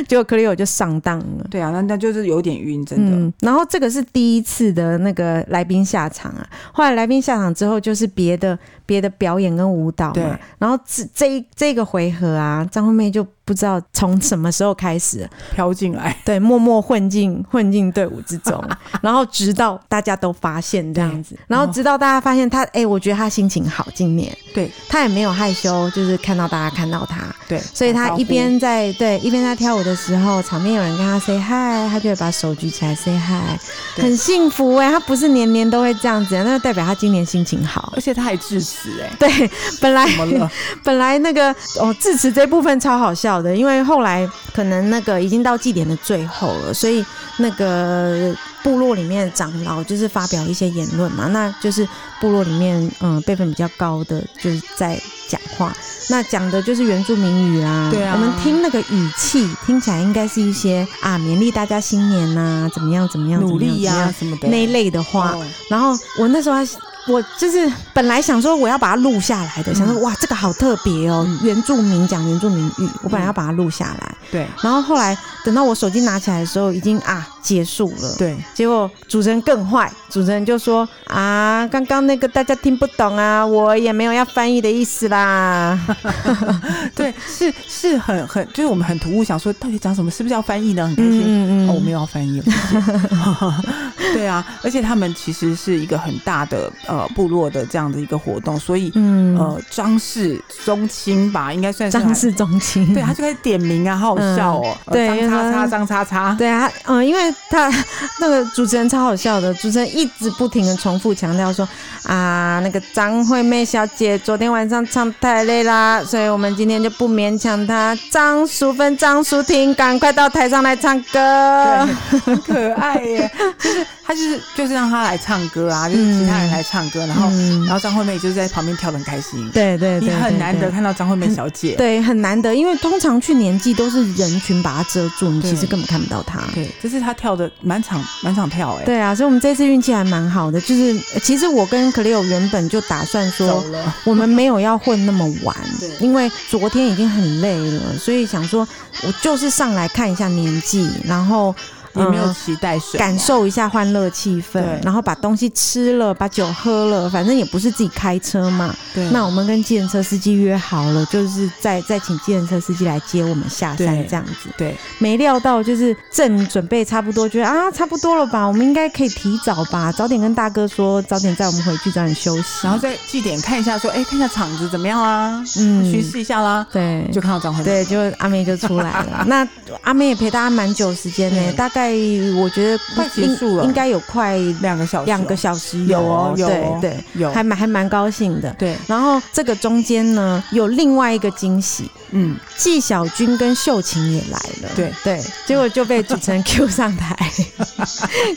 S2: 结果克里 o 就上当了。
S3: 对啊，那那就是有点晕，真的。
S2: 嗯，然后这个是第一次的那个来宾下场啊，后来来宾下场之后就是别的别的表演跟舞蹈
S3: 对
S2: 嘛，然后这这一这个回合啊，张惠妹就不知道从什么时候开始，
S3: 飘进来，
S2: 对，默默混进混进队伍之 中，然后直到大家都发现这样子，然后直到大家发现他，哎、我觉得他心情好，今年
S3: 对
S2: 他也没有害羞，就是看到大家看到他，
S3: 对，
S2: 所以
S3: 打
S2: 他
S3: 招呼
S2: 一边在对一边在跳舞的时候，场面有人跟他 say hi，他就会把手举起来 say hi，
S3: 对
S2: 很幸福哎、他不是年年都会这样子，那就代表他今年心情好
S3: 而。且他还致辞哎、
S2: 对，本来
S3: 怎么了？
S2: 本来那个哦，致辞这部分超好笑的，因为后来可能那个已经到祭典的最后了，所以那个部落里面的长老就是发表一些言论嘛，那就是部落里面嗯、呃辈分比较高的就是在讲话，那讲的就是原住民语啦。
S3: 对啊
S2: 我们听那个语气听起来应该是一些啊勉励大家新年呐、怎么样怎么样
S3: 努力啊
S2: 呀、
S3: 呀、
S2: 怎么样
S3: 什么的，
S2: 那一类的话，
S3: 哦
S2: 然后我那时候还是我就是本来想说我要把它录下来的，
S3: 嗯
S2: 想说哇这个好特别哦，原住民讲原住民语，我本来要把它录下来，
S3: 对
S2: 然后后来等到我手机拿起来的时候，已经啊结束了。
S3: 对，
S2: 结果主持人更坏，主持人就说啊，刚刚那个大家听不懂啊，我也没有要翻译的意思 啦。
S3: 对，是是很很，就是我们很突兀，想说到底讲什么，是不是要翻译呢？很开心。
S2: 嗯
S3: 哦，我没有要翻译，我不是 对啊，而且他们其实是一个很大的呃部落的这样的一个活动，所以、
S2: 嗯，
S3: 呃张氏宗亲吧，应该算是
S2: 张
S3: 还
S2: 氏宗亲，
S3: 对，他就开始点名啊，好好笑哦，呃
S2: 对
S3: 张叉
S2: 因为
S3: 叉
S2: 他
S3: 张叉叉，
S2: 对啊，嗯，因为他那个主持人超好笑的，主持人一直不停的重复强调说啊，那个张惠妹小姐昨天晚上唱太累啦，所以我们今天就不勉强她。张淑芬、张淑婷，赶快到台上来唱歌啊
S3: 对。，很可爱耶，就是他就是就是让他来唱歌啊，就是其他人来唱歌，然后、
S2: 嗯
S3: 然后张惠妹就是在旁边跳的很开心，
S2: 对对对
S3: 你
S2: 对
S3: 很难得
S2: 对
S3: 看到张惠妹小姐，
S2: 对，很难得，因为通常去年纪都是人群把它遮住，你
S3: 对
S2: 其实根本看不到她。
S3: 对，这是她跳的满场满场跳哎，
S2: 对啊，所以我们这次运气还蛮好的，就是呃其实我跟 Cleo 原本就打算说
S3: 走，了，
S2: 我们没有要混那么晚
S3: 对，
S2: 因为昨天已经很累了，所以想说，我就是上来看一下年纪，然后
S3: 也没有
S2: 呃
S3: 期待什么
S2: 感受一下欢乐气氛
S3: 对，
S2: 然后把东西吃了，把酒喝了，反正也不是自己开车嘛。
S3: 对
S2: 那我们跟计程车司机约好了，就是再再请计程车司机来接我们下山
S3: 对
S2: 这样子。
S3: 对
S2: 没料到就是正准备差不多，觉得啊差不多了吧，我们应该可以提早吧，早点跟大哥说，早点载我们回去，早点休息。
S3: 然后再祭点看一下说，哎，看一下场子怎么样啦，
S2: 嗯
S3: 巡视一下啦，
S2: 对，
S3: 就看到张惠 妹，
S2: 对，就阿妹就出来了。那阿妹也陪大家蛮久时间呢、
S3: 对
S2: 大概我觉得
S3: 快结束了
S2: 应应该有快
S3: 两个小时哦，
S2: 两个小时
S3: 有
S2: 哦，，
S3: 哦有哦
S2: 对对，
S3: 有，
S2: 还蛮还蛮高兴的。
S3: 对，
S2: 然后这个中间呢，有另外一个惊喜，
S3: 嗯，
S2: 纪晓君跟秀琴也来了，
S3: 对
S2: 对，结果就被主持人 Q 上 台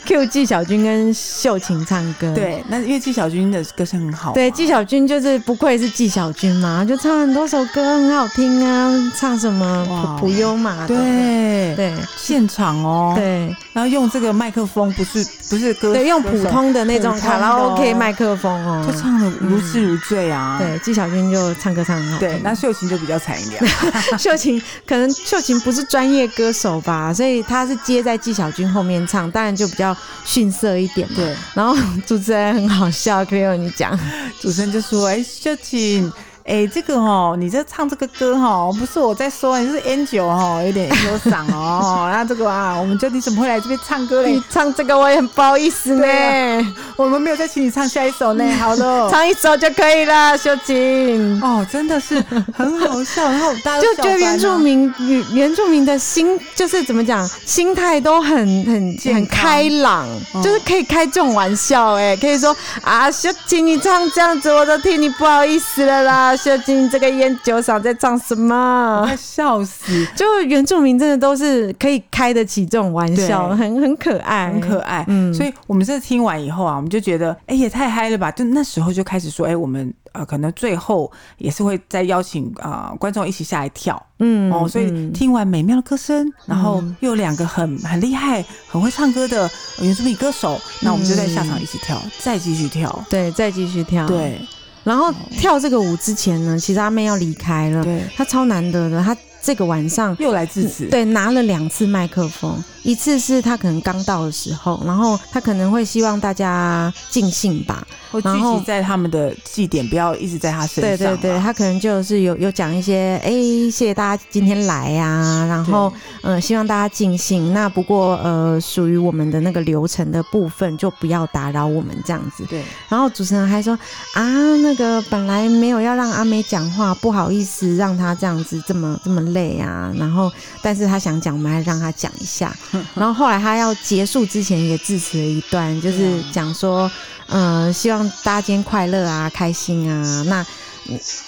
S2: ，Q 纪晓君跟秀琴唱歌，
S3: 对，那因为纪晓君的歌声很好嘛，
S2: 对，纪晓君就是不愧是纪晓君嘛，就唱很多首歌很好听啊，唱什
S3: 哇
S2: 么普普悠玛的，
S3: 对
S2: 对
S3: 现场哦，，
S2: 对
S3: 然后用这个麦克风，不是不是歌，
S2: 对，用
S3: 歌手
S2: 普，通的那种
S3: 普通的
S2: 卡
S3: 哦
S2: 拉 OK 麦克风哦
S3: 就，唱的如痴如醉啊，
S2: 对，纪晓君就唱歌唱得很好听。
S3: 对，那秀琴就比较惨一点，
S2: 秀琴可能秀琴不是专业歌手吧，所以她是接在纪晓君后面唱，当然就比较逊色一点嘛。
S3: 对，
S2: 然后主持人很好笑，Cleo 你讲，
S3: 主持人就说，哎，秀琴。哎、这个哦，你这唱这个歌哦，不是我在说，你是 N 九哦，有点 N 九嗓哦。 那这个啊，我们就你怎么会来这边唱歌嘞
S2: 你？ 唱这个我也很不好意思呢，
S3: 对我们没有再请你唱下一 首呢。好了，
S2: 唱一首就可以了，秀琴。
S3: 哦，真的是很好笑，然后大家都
S2: 就
S3: 笑
S2: 觉得原
S3: 翻
S2: 住
S3: 啊
S2: 民原原住民的心就是怎么讲，心态都很很
S3: 健康
S2: 很开朗，
S3: 嗯
S2: 就是可以开这种玩笑、哎，可以说啊，秀琴你唱这样子，我都替你不好意思了啦，秀琴你这个烟酒嗓在唱什
S3: 我
S2: 么
S3: 快？笑死，
S2: 就原住民真的都是可以开得起这种玩笑，
S3: 对
S2: 很很可爱，
S3: 很可爱。
S2: 嗯
S3: 所以我们这听完以后啊，我们就觉得，哎、也太嗨了吧！就那时候就开始说，哎、我们呃，可能最后也是会再邀请啊、呃观众一起下来跳。
S2: 嗯
S3: 哦，所以
S2: 嗯
S3: 听完美妙的歌声，然后又有两个很很厉害、很会唱歌的呃原住民歌手，那我们就在下场一起跳，再继续跳。
S2: 嗯对，再继续跳，。
S3: 对
S2: 然后跳这个舞之前呢，其实阿妹要离开了，
S3: 对，
S2: 她超难得的，她这个晚上
S3: 嗯又来致辞。
S2: 嗯对，拿了两次麦克风，一次是他可能刚到的时候，然后他可能会希望大家尽兴吧。
S3: 或聚
S2: 然后
S3: 集在他们的祭点，不要一直在他身
S2: 对
S3: 上啊
S2: 对
S3: 嘛。
S2: 对，他可能就是有有讲一些，哎、谢谢大家今天来呀、然后嗯、呃希望大家尽兴。那不过呃，属于我们的那个流程的部分就不要打扰我们这样子。
S3: 对
S2: 然后主持人还说啊，那个本来没有要让阿美讲话，不好意思让她这样子这么这么累啊。然后，但是她想讲，我们还让她讲一 下。然后后来她要结束之前也致辞了一段，就是讲说，呃，希望大家今天快乐啊，开心啊。那，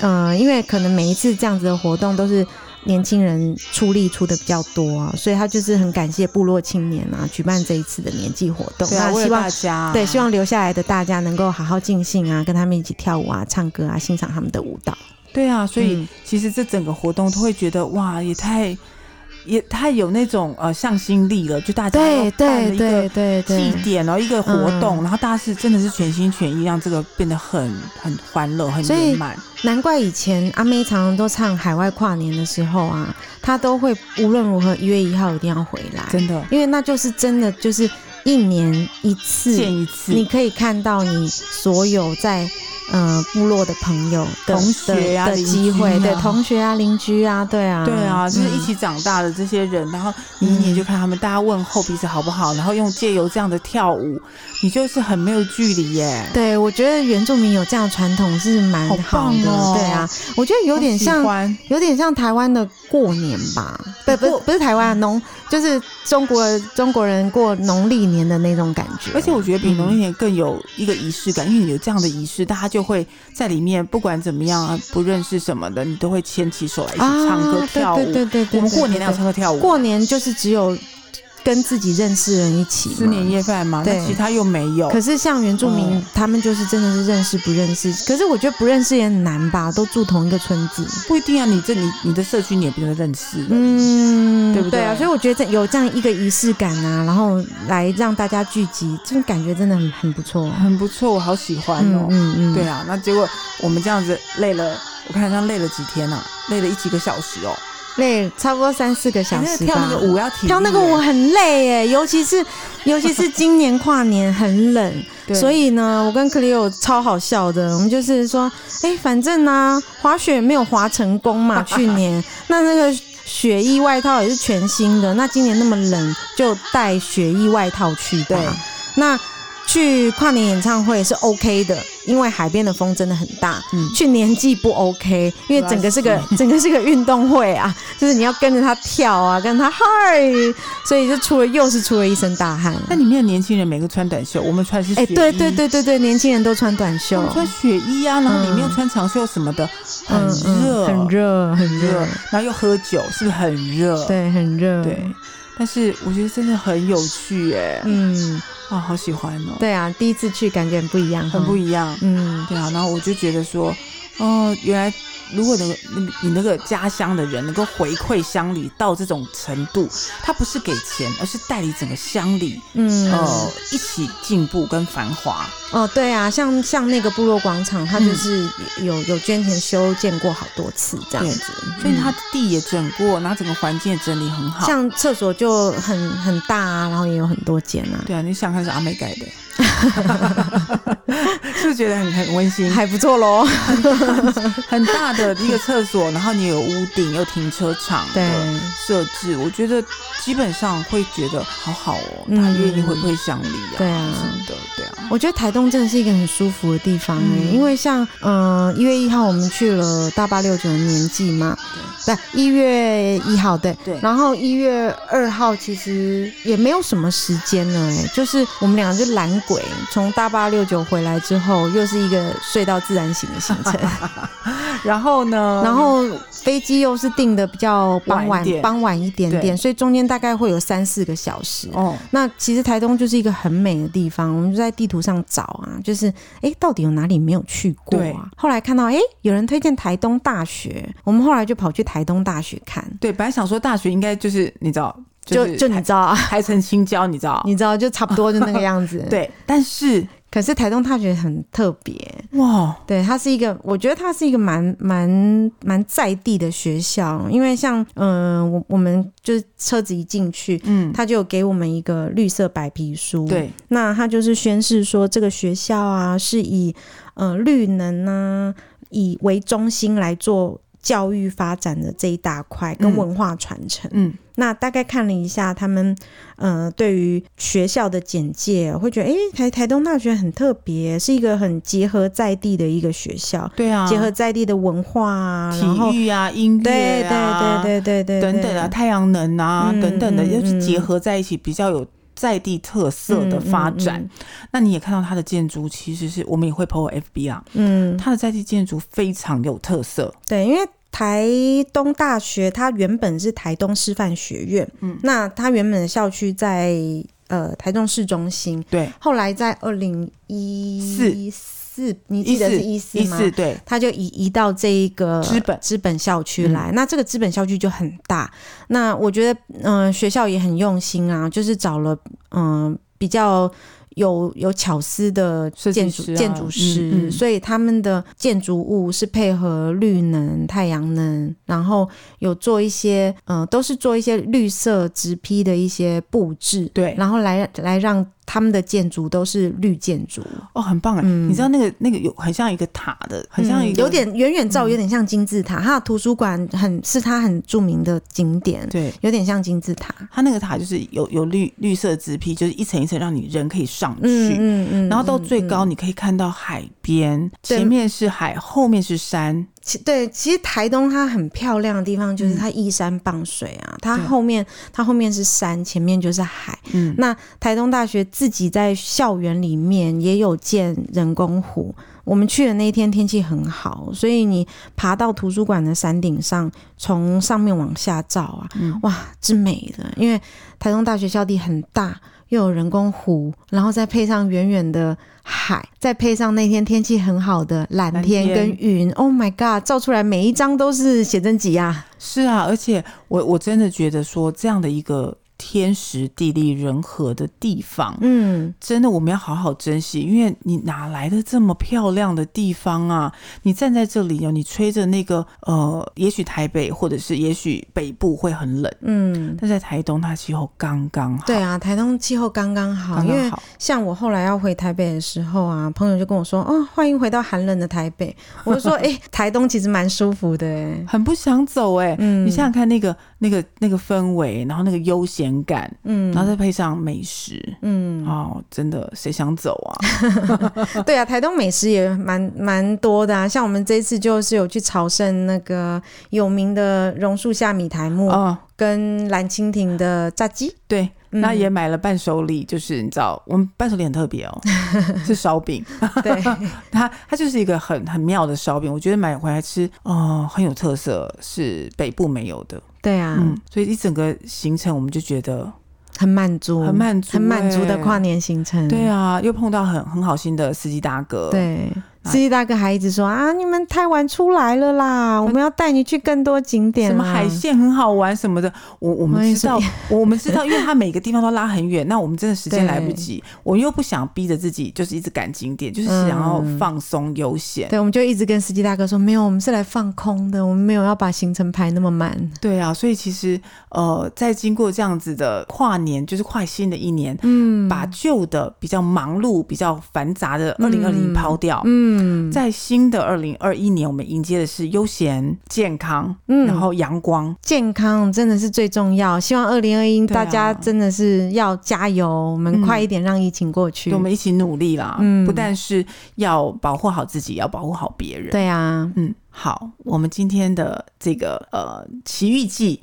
S2: 嗯、呃，因为可能每一次这样子的活动都是。年轻人出力出的比较多啊，所以他就是很感谢部落青年啊，举办这一次的年纪活动。
S3: 对啊，
S2: 那
S3: 为
S2: 希
S3: 了
S2: 望
S3: 大家，
S2: 对，希望留下来的大家能够好好尽兴啊，跟他们一起跳舞啊、唱歌啊，欣赏他们的舞蹈。
S3: 对啊，所以
S2: 嗯
S3: 其实这整个活动都会觉得哇，也太也太有那种呃向心力了，就大家
S2: 对
S3: 要办了
S2: 对
S3: 一个
S2: 对对
S3: 祭
S2: 对。
S3: 典，然后一个活动，
S2: 嗯
S3: 然后大家是真的是全心全意让这个变得很很欢乐、很
S2: 所以
S3: 圆满。
S2: 难怪以前阿妹常常都唱海外跨年的时候啊，她都会无论如何一月一号一定要回来，
S3: 真的
S2: 因为那就是真的就是一年一次，
S3: 见一次，
S2: 你可以看到你所有在呃部落的朋友的、
S3: 同学啊
S2: 的的
S3: 邻
S2: 机会，
S3: 居啊
S2: 对同学啊、邻居啊，对啊，
S3: 对啊，就是
S2: 嗯
S3: 一起长大的这些人，然后你一年就看他们大家问候彼此好不好，然后用借由这样的跳舞，你就是很没有距离耶。
S2: 对，我觉得原住民有这样的传统是蛮
S3: 好
S2: 好
S3: 棒
S2: 的。
S3: 哦
S2: 对啊，我觉得有点
S3: 好喜
S2: 像，
S3: 欢
S2: 有点像台湾的过年吧？不，不
S3: 过
S2: 是，不是台湾农，就是中国中国人过农历年的那种感觉。
S3: 而且我觉得比农历年更有一个仪式感，因为你有这样的仪式，大家就会在里面，不管怎么样啊，不认识什么的，你都会牵起手来一起
S2: 啊，
S3: 唱歌、跳舞。
S2: 对对对对对，
S3: 我们过年那
S2: 对
S3: 样唱歌跳舞，
S2: 过年就是只有跟自己认识的人一起嘛
S3: 吃年夜饭嘛，那
S2: 对
S3: 其他又没有。
S2: 可是像原住民，
S3: 嗯
S2: 他们就是真的是认识不认识。可是我觉得不认识也很难吧，都住同一个村子。
S3: 不一定啊，你这你你的社区你也不能认识。嗯，
S2: 嗯，
S3: 对不对
S2: 啊，所以我觉得这有这样一个仪式感啊，然后来让大家聚集，这种感觉真的很很不错。
S3: 很不错，我好喜欢
S2: 嗯
S3: 哦。
S2: 嗯嗯，
S3: 对啊，那结果我们这样子累了，我看他累了几天啊，累了一几个小时哦。
S2: 累，差不多三四个小
S3: 哎那
S2: 时吧。
S3: 跳那个舞要体力耶
S2: 跳那个舞，很累耶，尤其 是尤其是今年跨年很冷，
S3: 对
S2: 所以呢，我跟克里有超好笑的，我们就是说，哎、反正呢、滑雪没有滑成功 嘛，去年那那个雪衣外套也是全新的，那今年那么冷，就带雪衣外套去吧。
S3: 对
S2: 那去跨年演唱会是 OK 的，因为海边的风真的很大。
S3: 嗯
S2: 去年纪不 OK，因为整个是个整个是个运动会啊，就是你要跟着他跳啊，跟着他嗨，所以就出了又是出了一身大汗。
S3: 那里面的年轻人每个穿短袖，我们穿的是
S2: 哎、
S3: 雪衣，
S2: 对对，对对对，年轻人都穿短
S3: 我
S2: 袖
S3: 们，穿雪衣啊，然后里面又穿长袖什么的，
S2: 嗯
S3: 很热，
S2: 很热，很
S3: 很热
S2: 热，，
S3: 然后又喝酒，是不是很热？
S2: 对，很热，
S3: 对。但是我觉得真的很有趣哎，
S2: 嗯，
S3: 啊，好喜欢哦，
S2: 对啊，第一次去感觉很不一样，
S3: 很不
S2: 一
S3: 一样。
S2: 嗯，
S3: 对啊，然后我就觉得说，哦，原来如果能够你你那个家乡的人能够回馈乡里到这种程度，他不是给钱，而是带领整个乡里，
S2: 嗯
S3: 呃，一起进步跟繁华。
S2: 哦，对啊，像像那个部落广场，它
S3: 嗯
S2: 就是有、有捐钱修建过好多次这样子，
S3: 所以他
S2: 嗯
S3: 地也整过，然后整个环境也整理很好。
S2: 像厕所就很很大啊，然后也有很多间啊，
S3: 对啊，你想看是阿妹盖的， 是不是觉得很很温馨？
S2: 还不错喽。
S3: 很大的一个厕所，然后你有屋顶，有停车场
S2: 对
S3: 的设置，我觉得基本上会觉得好好哦，
S2: 嗯
S3: 他愿意回馈乡里啊，
S2: 对啊
S3: 什么的，对啊，
S2: 我觉得台东真的是一个很舒服的地方、欸
S3: 嗯
S2: 因为像嗯一、月一号我们去了大八六九的年纪嘛，对，一月一号对，
S3: 对
S2: 然后一月二号其实也没有什么时间了、欸，就是我们两个就懒鬼，从大八六九回来之后，又是一个睡到自然醒的行 程，
S3: 然后呢，
S2: 然后飞机又是订的比较傍
S3: 晚
S2: 晚
S3: 一点
S2: 傍晚一点
S3: 对
S2: 点，所以中间大概会有三四个小时，
S3: 哦，
S2: 那其实台东就是一个很美的地方，我们就在地图上找啊，就是哎、诶到底有哪里没有去过
S3: 对
S2: 啊？后来看到哎、诶有人推荐台东大学，我们后来就跑去台东大学看，
S3: 对，本来想说大学应该就是你知道，
S2: 就是就你知道啊，
S3: 还成青椒，你知道， 。，
S2: 你知道就差不多就那个样子
S3: 对，但是
S2: 可是台东大学很特别，
S3: 哇，
S2: 对，它是一个，我觉得它是一个蛮蛮蛮在地的学校，因为像嗯、呃我我们就是车子一进去，
S3: 嗯，
S2: 他就有给我们一个绿色白皮书，，
S3: 对，
S2: 那他就是宣示说这个学校啊是以呃绿能啊以为中心来做。教育发展的这一大块跟
S3: 嗯
S2: 文化传承，
S3: 嗯，
S2: 那大概看了一下他们，呃，对于学校的简介，会觉得诶，台台东大学很特别，是一个很结合在地的一个学校，
S3: 对啊，
S2: 结合在地的文化啊，然后
S3: 体育啊、音
S2: 对
S3: 乐啊、
S2: 对对对对对
S3: 等等啊、，太阳能啊、
S2: 嗯
S3: 等等的，
S2: 嗯
S3: 就是
S2: 嗯
S3: 结合在一起比较有。在地特色的发展，
S2: 嗯
S3: 那你也看到它的建筑，其实是我们也会 PO FB 啊，
S2: 嗯，嗯
S3: 它的在地建筑非常有特色。
S2: 对，因为台东大学它原本是台东师范学院，嗯，那它原本的校区在呃台中市中心，
S3: 对，
S2: 后来在二零一四，你记
S3: 一
S2: 得
S3: 四
S2: 是一四
S3: 一
S2: 吗？
S3: 四对，
S2: 他就移移到这一个
S3: 资本嗯
S2: 资本校区来。那这个资本校区就很大。那我觉得，嗯、学校也很用心啊，就是找了嗯、比较。有有巧思的
S3: 设计
S2: 建筑
S3: 师啊
S2: 建筑师，
S3: 嗯嗯
S2: 所以他们的建筑物是配合绿能、太阳能，然后有做一些呃，都是做一些绿色直批的一些布置，
S3: 对
S2: 然后来来让他们的建筑都是绿建筑，
S3: 哦，很棒哎、
S2: 嗯
S3: 你知道那个那个有很像一个塔的，很像一
S2: 嗯
S3: 个、
S2: 有点远远照，有点像金字塔。它的图书馆很是它很著名的景点，
S3: 对，
S2: 有点像金字塔。
S3: 它那个塔就是有有绿绿色植皮，就是一层一层让你人可以上去。
S2: 嗯嗯嗯。
S3: 然后到
S2: 嗯
S3: 最高，
S2: 嗯
S3: 你可以看到海边，
S2: 对
S3: 前面是海，后面是山，
S2: 其对，其实台东它很漂亮的地方就是它依山傍水啊，它
S3: 嗯对
S2: 后面它后面是山，前面就是海。
S3: 嗯，
S2: 那台东大学自己在校园里面也有建人工湖。我们去的那一天天气很好，所以你爬到图书馆的山顶上，从上面往下照啊，
S3: 嗯
S2: 哇，之美的！因为台东大学校地很大，又有人工湖，然后再配上远远的海，再配上那天天气很好的蓝
S3: 蓝
S2: 天
S3: 天
S2: 跟云，Oh my god，照出来每一张都是写真集啊！
S3: 是啊，而且我我真的觉得说这样的一个天时地利人和的地方，
S2: 嗯，
S3: 真的我们要好好珍惜，因为你哪来的这么漂亮的地方啊？你站在这里哦，你吹着那个呃，也许台北或者是也许北部会很冷，
S2: 嗯，
S3: 但在台东它气候刚刚好，
S2: 对，啊，台东气候刚刚好，
S3: 刚
S2: 因为
S3: 刚好，
S2: 像我后来要回台北的时候啊，朋友就跟我说：“哦，欢迎回到寒冷的台北。”我就说：“哎、台东其实蛮舒服的、欸。
S3: 很不想走哎、”
S2: 嗯，
S3: 你想想看那个那个那个氛围，然后那个悠闲感，
S2: 嗯，
S3: 然后再配上美食，
S2: 嗯，
S3: 哦，真的谁想走啊？
S2: 对啊，台东美食也蛮蛮多的啊。像我们这一次就是有去朝圣那个有名的榕树下米苔木，
S3: 哦，
S2: 跟蓝蜻蜓的炸鸡。
S3: 对，
S2: 嗯
S3: 那也买了伴手礼，就是你知道，我们伴手礼很特别 哦，是烧饼，
S2: 对，
S3: 它它就是一个很很妙的烧饼，我觉得买回来吃，哦、很有特色，是北部没有的，
S2: 对啊，
S3: 嗯，所以一整个行程我们就觉得
S2: 很满足，
S3: 很满足、
S2: 哦很满足的跨
S3: 年，
S2: 年行程。
S3: 对啊，又碰到很很好心的司机大哥，，
S2: 对，
S3: 哎
S2: 司机大哥还一直说啊，你们太晚出来了啦，我们要带你去更多景点啊
S3: 什
S2: 啦
S3: 么海鲜很好玩什么的，我我
S2: 哦我也
S3: 们
S2: 是
S3: 知道， 我我们知道，因为它每个地方都拉很远，那我们真的时间来不及，我又不想逼着自己就是一直赶景点，就是想要
S2: 嗯
S3: 放松悠闲。
S2: 对，我们就一直跟司机大哥说，没有，我们是来放空的，我们没有要把行程排那么满。
S3: 对啊，所以其实呃，在经过这样子的跨年，就是跨新的一年，
S2: 嗯
S3: 把旧的比较忙碌、比较繁杂的二零二零抛掉。
S2: 嗯
S3: 在新的二零二一年，我们迎接的是悠闲、健康，
S2: 嗯
S3: 然后阳光。
S2: 健康真的是最重要。希望二零二一
S3: 对
S2: 大
S3: 啊
S2: 家真的是要加油，我们
S3: 嗯
S2: 快一点让疫情过去。
S3: 对我们一起努力啦！
S2: 嗯
S3: 不但是要保护好自己，要保护好别人。
S2: 对啊，
S3: 嗯，好，我们今天的这个呃《奇遇记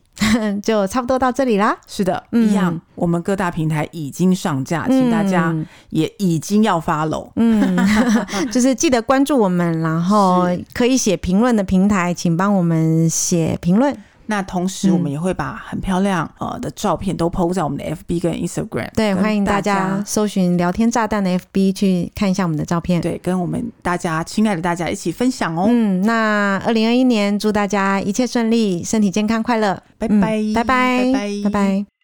S2: 就差不多到这里啦》。
S3: 是的，
S2: 嗯
S3: 一样，我们各大平台已经上架，啊请大家
S2: 嗯
S3: 也已经要 follow。
S2: 嗯， 就是记得关注我们，然后
S3: 是
S2: 可以写评论的平台，请帮我们写评论。
S3: 那同时，
S2: 嗯
S3: 我们也会把很漂亮呃的照片都 PO 在我们的 FB 跟 Instagram，
S2: 对，
S3: 跟
S2: 欢迎大
S3: 大
S2: 家搜寻“聊天炸弹”的 FB 去看一下我们的照片。
S3: 对跟我们大家亲爱的大家一起分享哦。
S2: 嗯，那二零二一年祝大家一切顺利，身体健康，快乐。
S3: 拜
S2: 嗯
S3: 拜，
S2: 拜拜，
S3: 拜拜，
S2: 拜拜。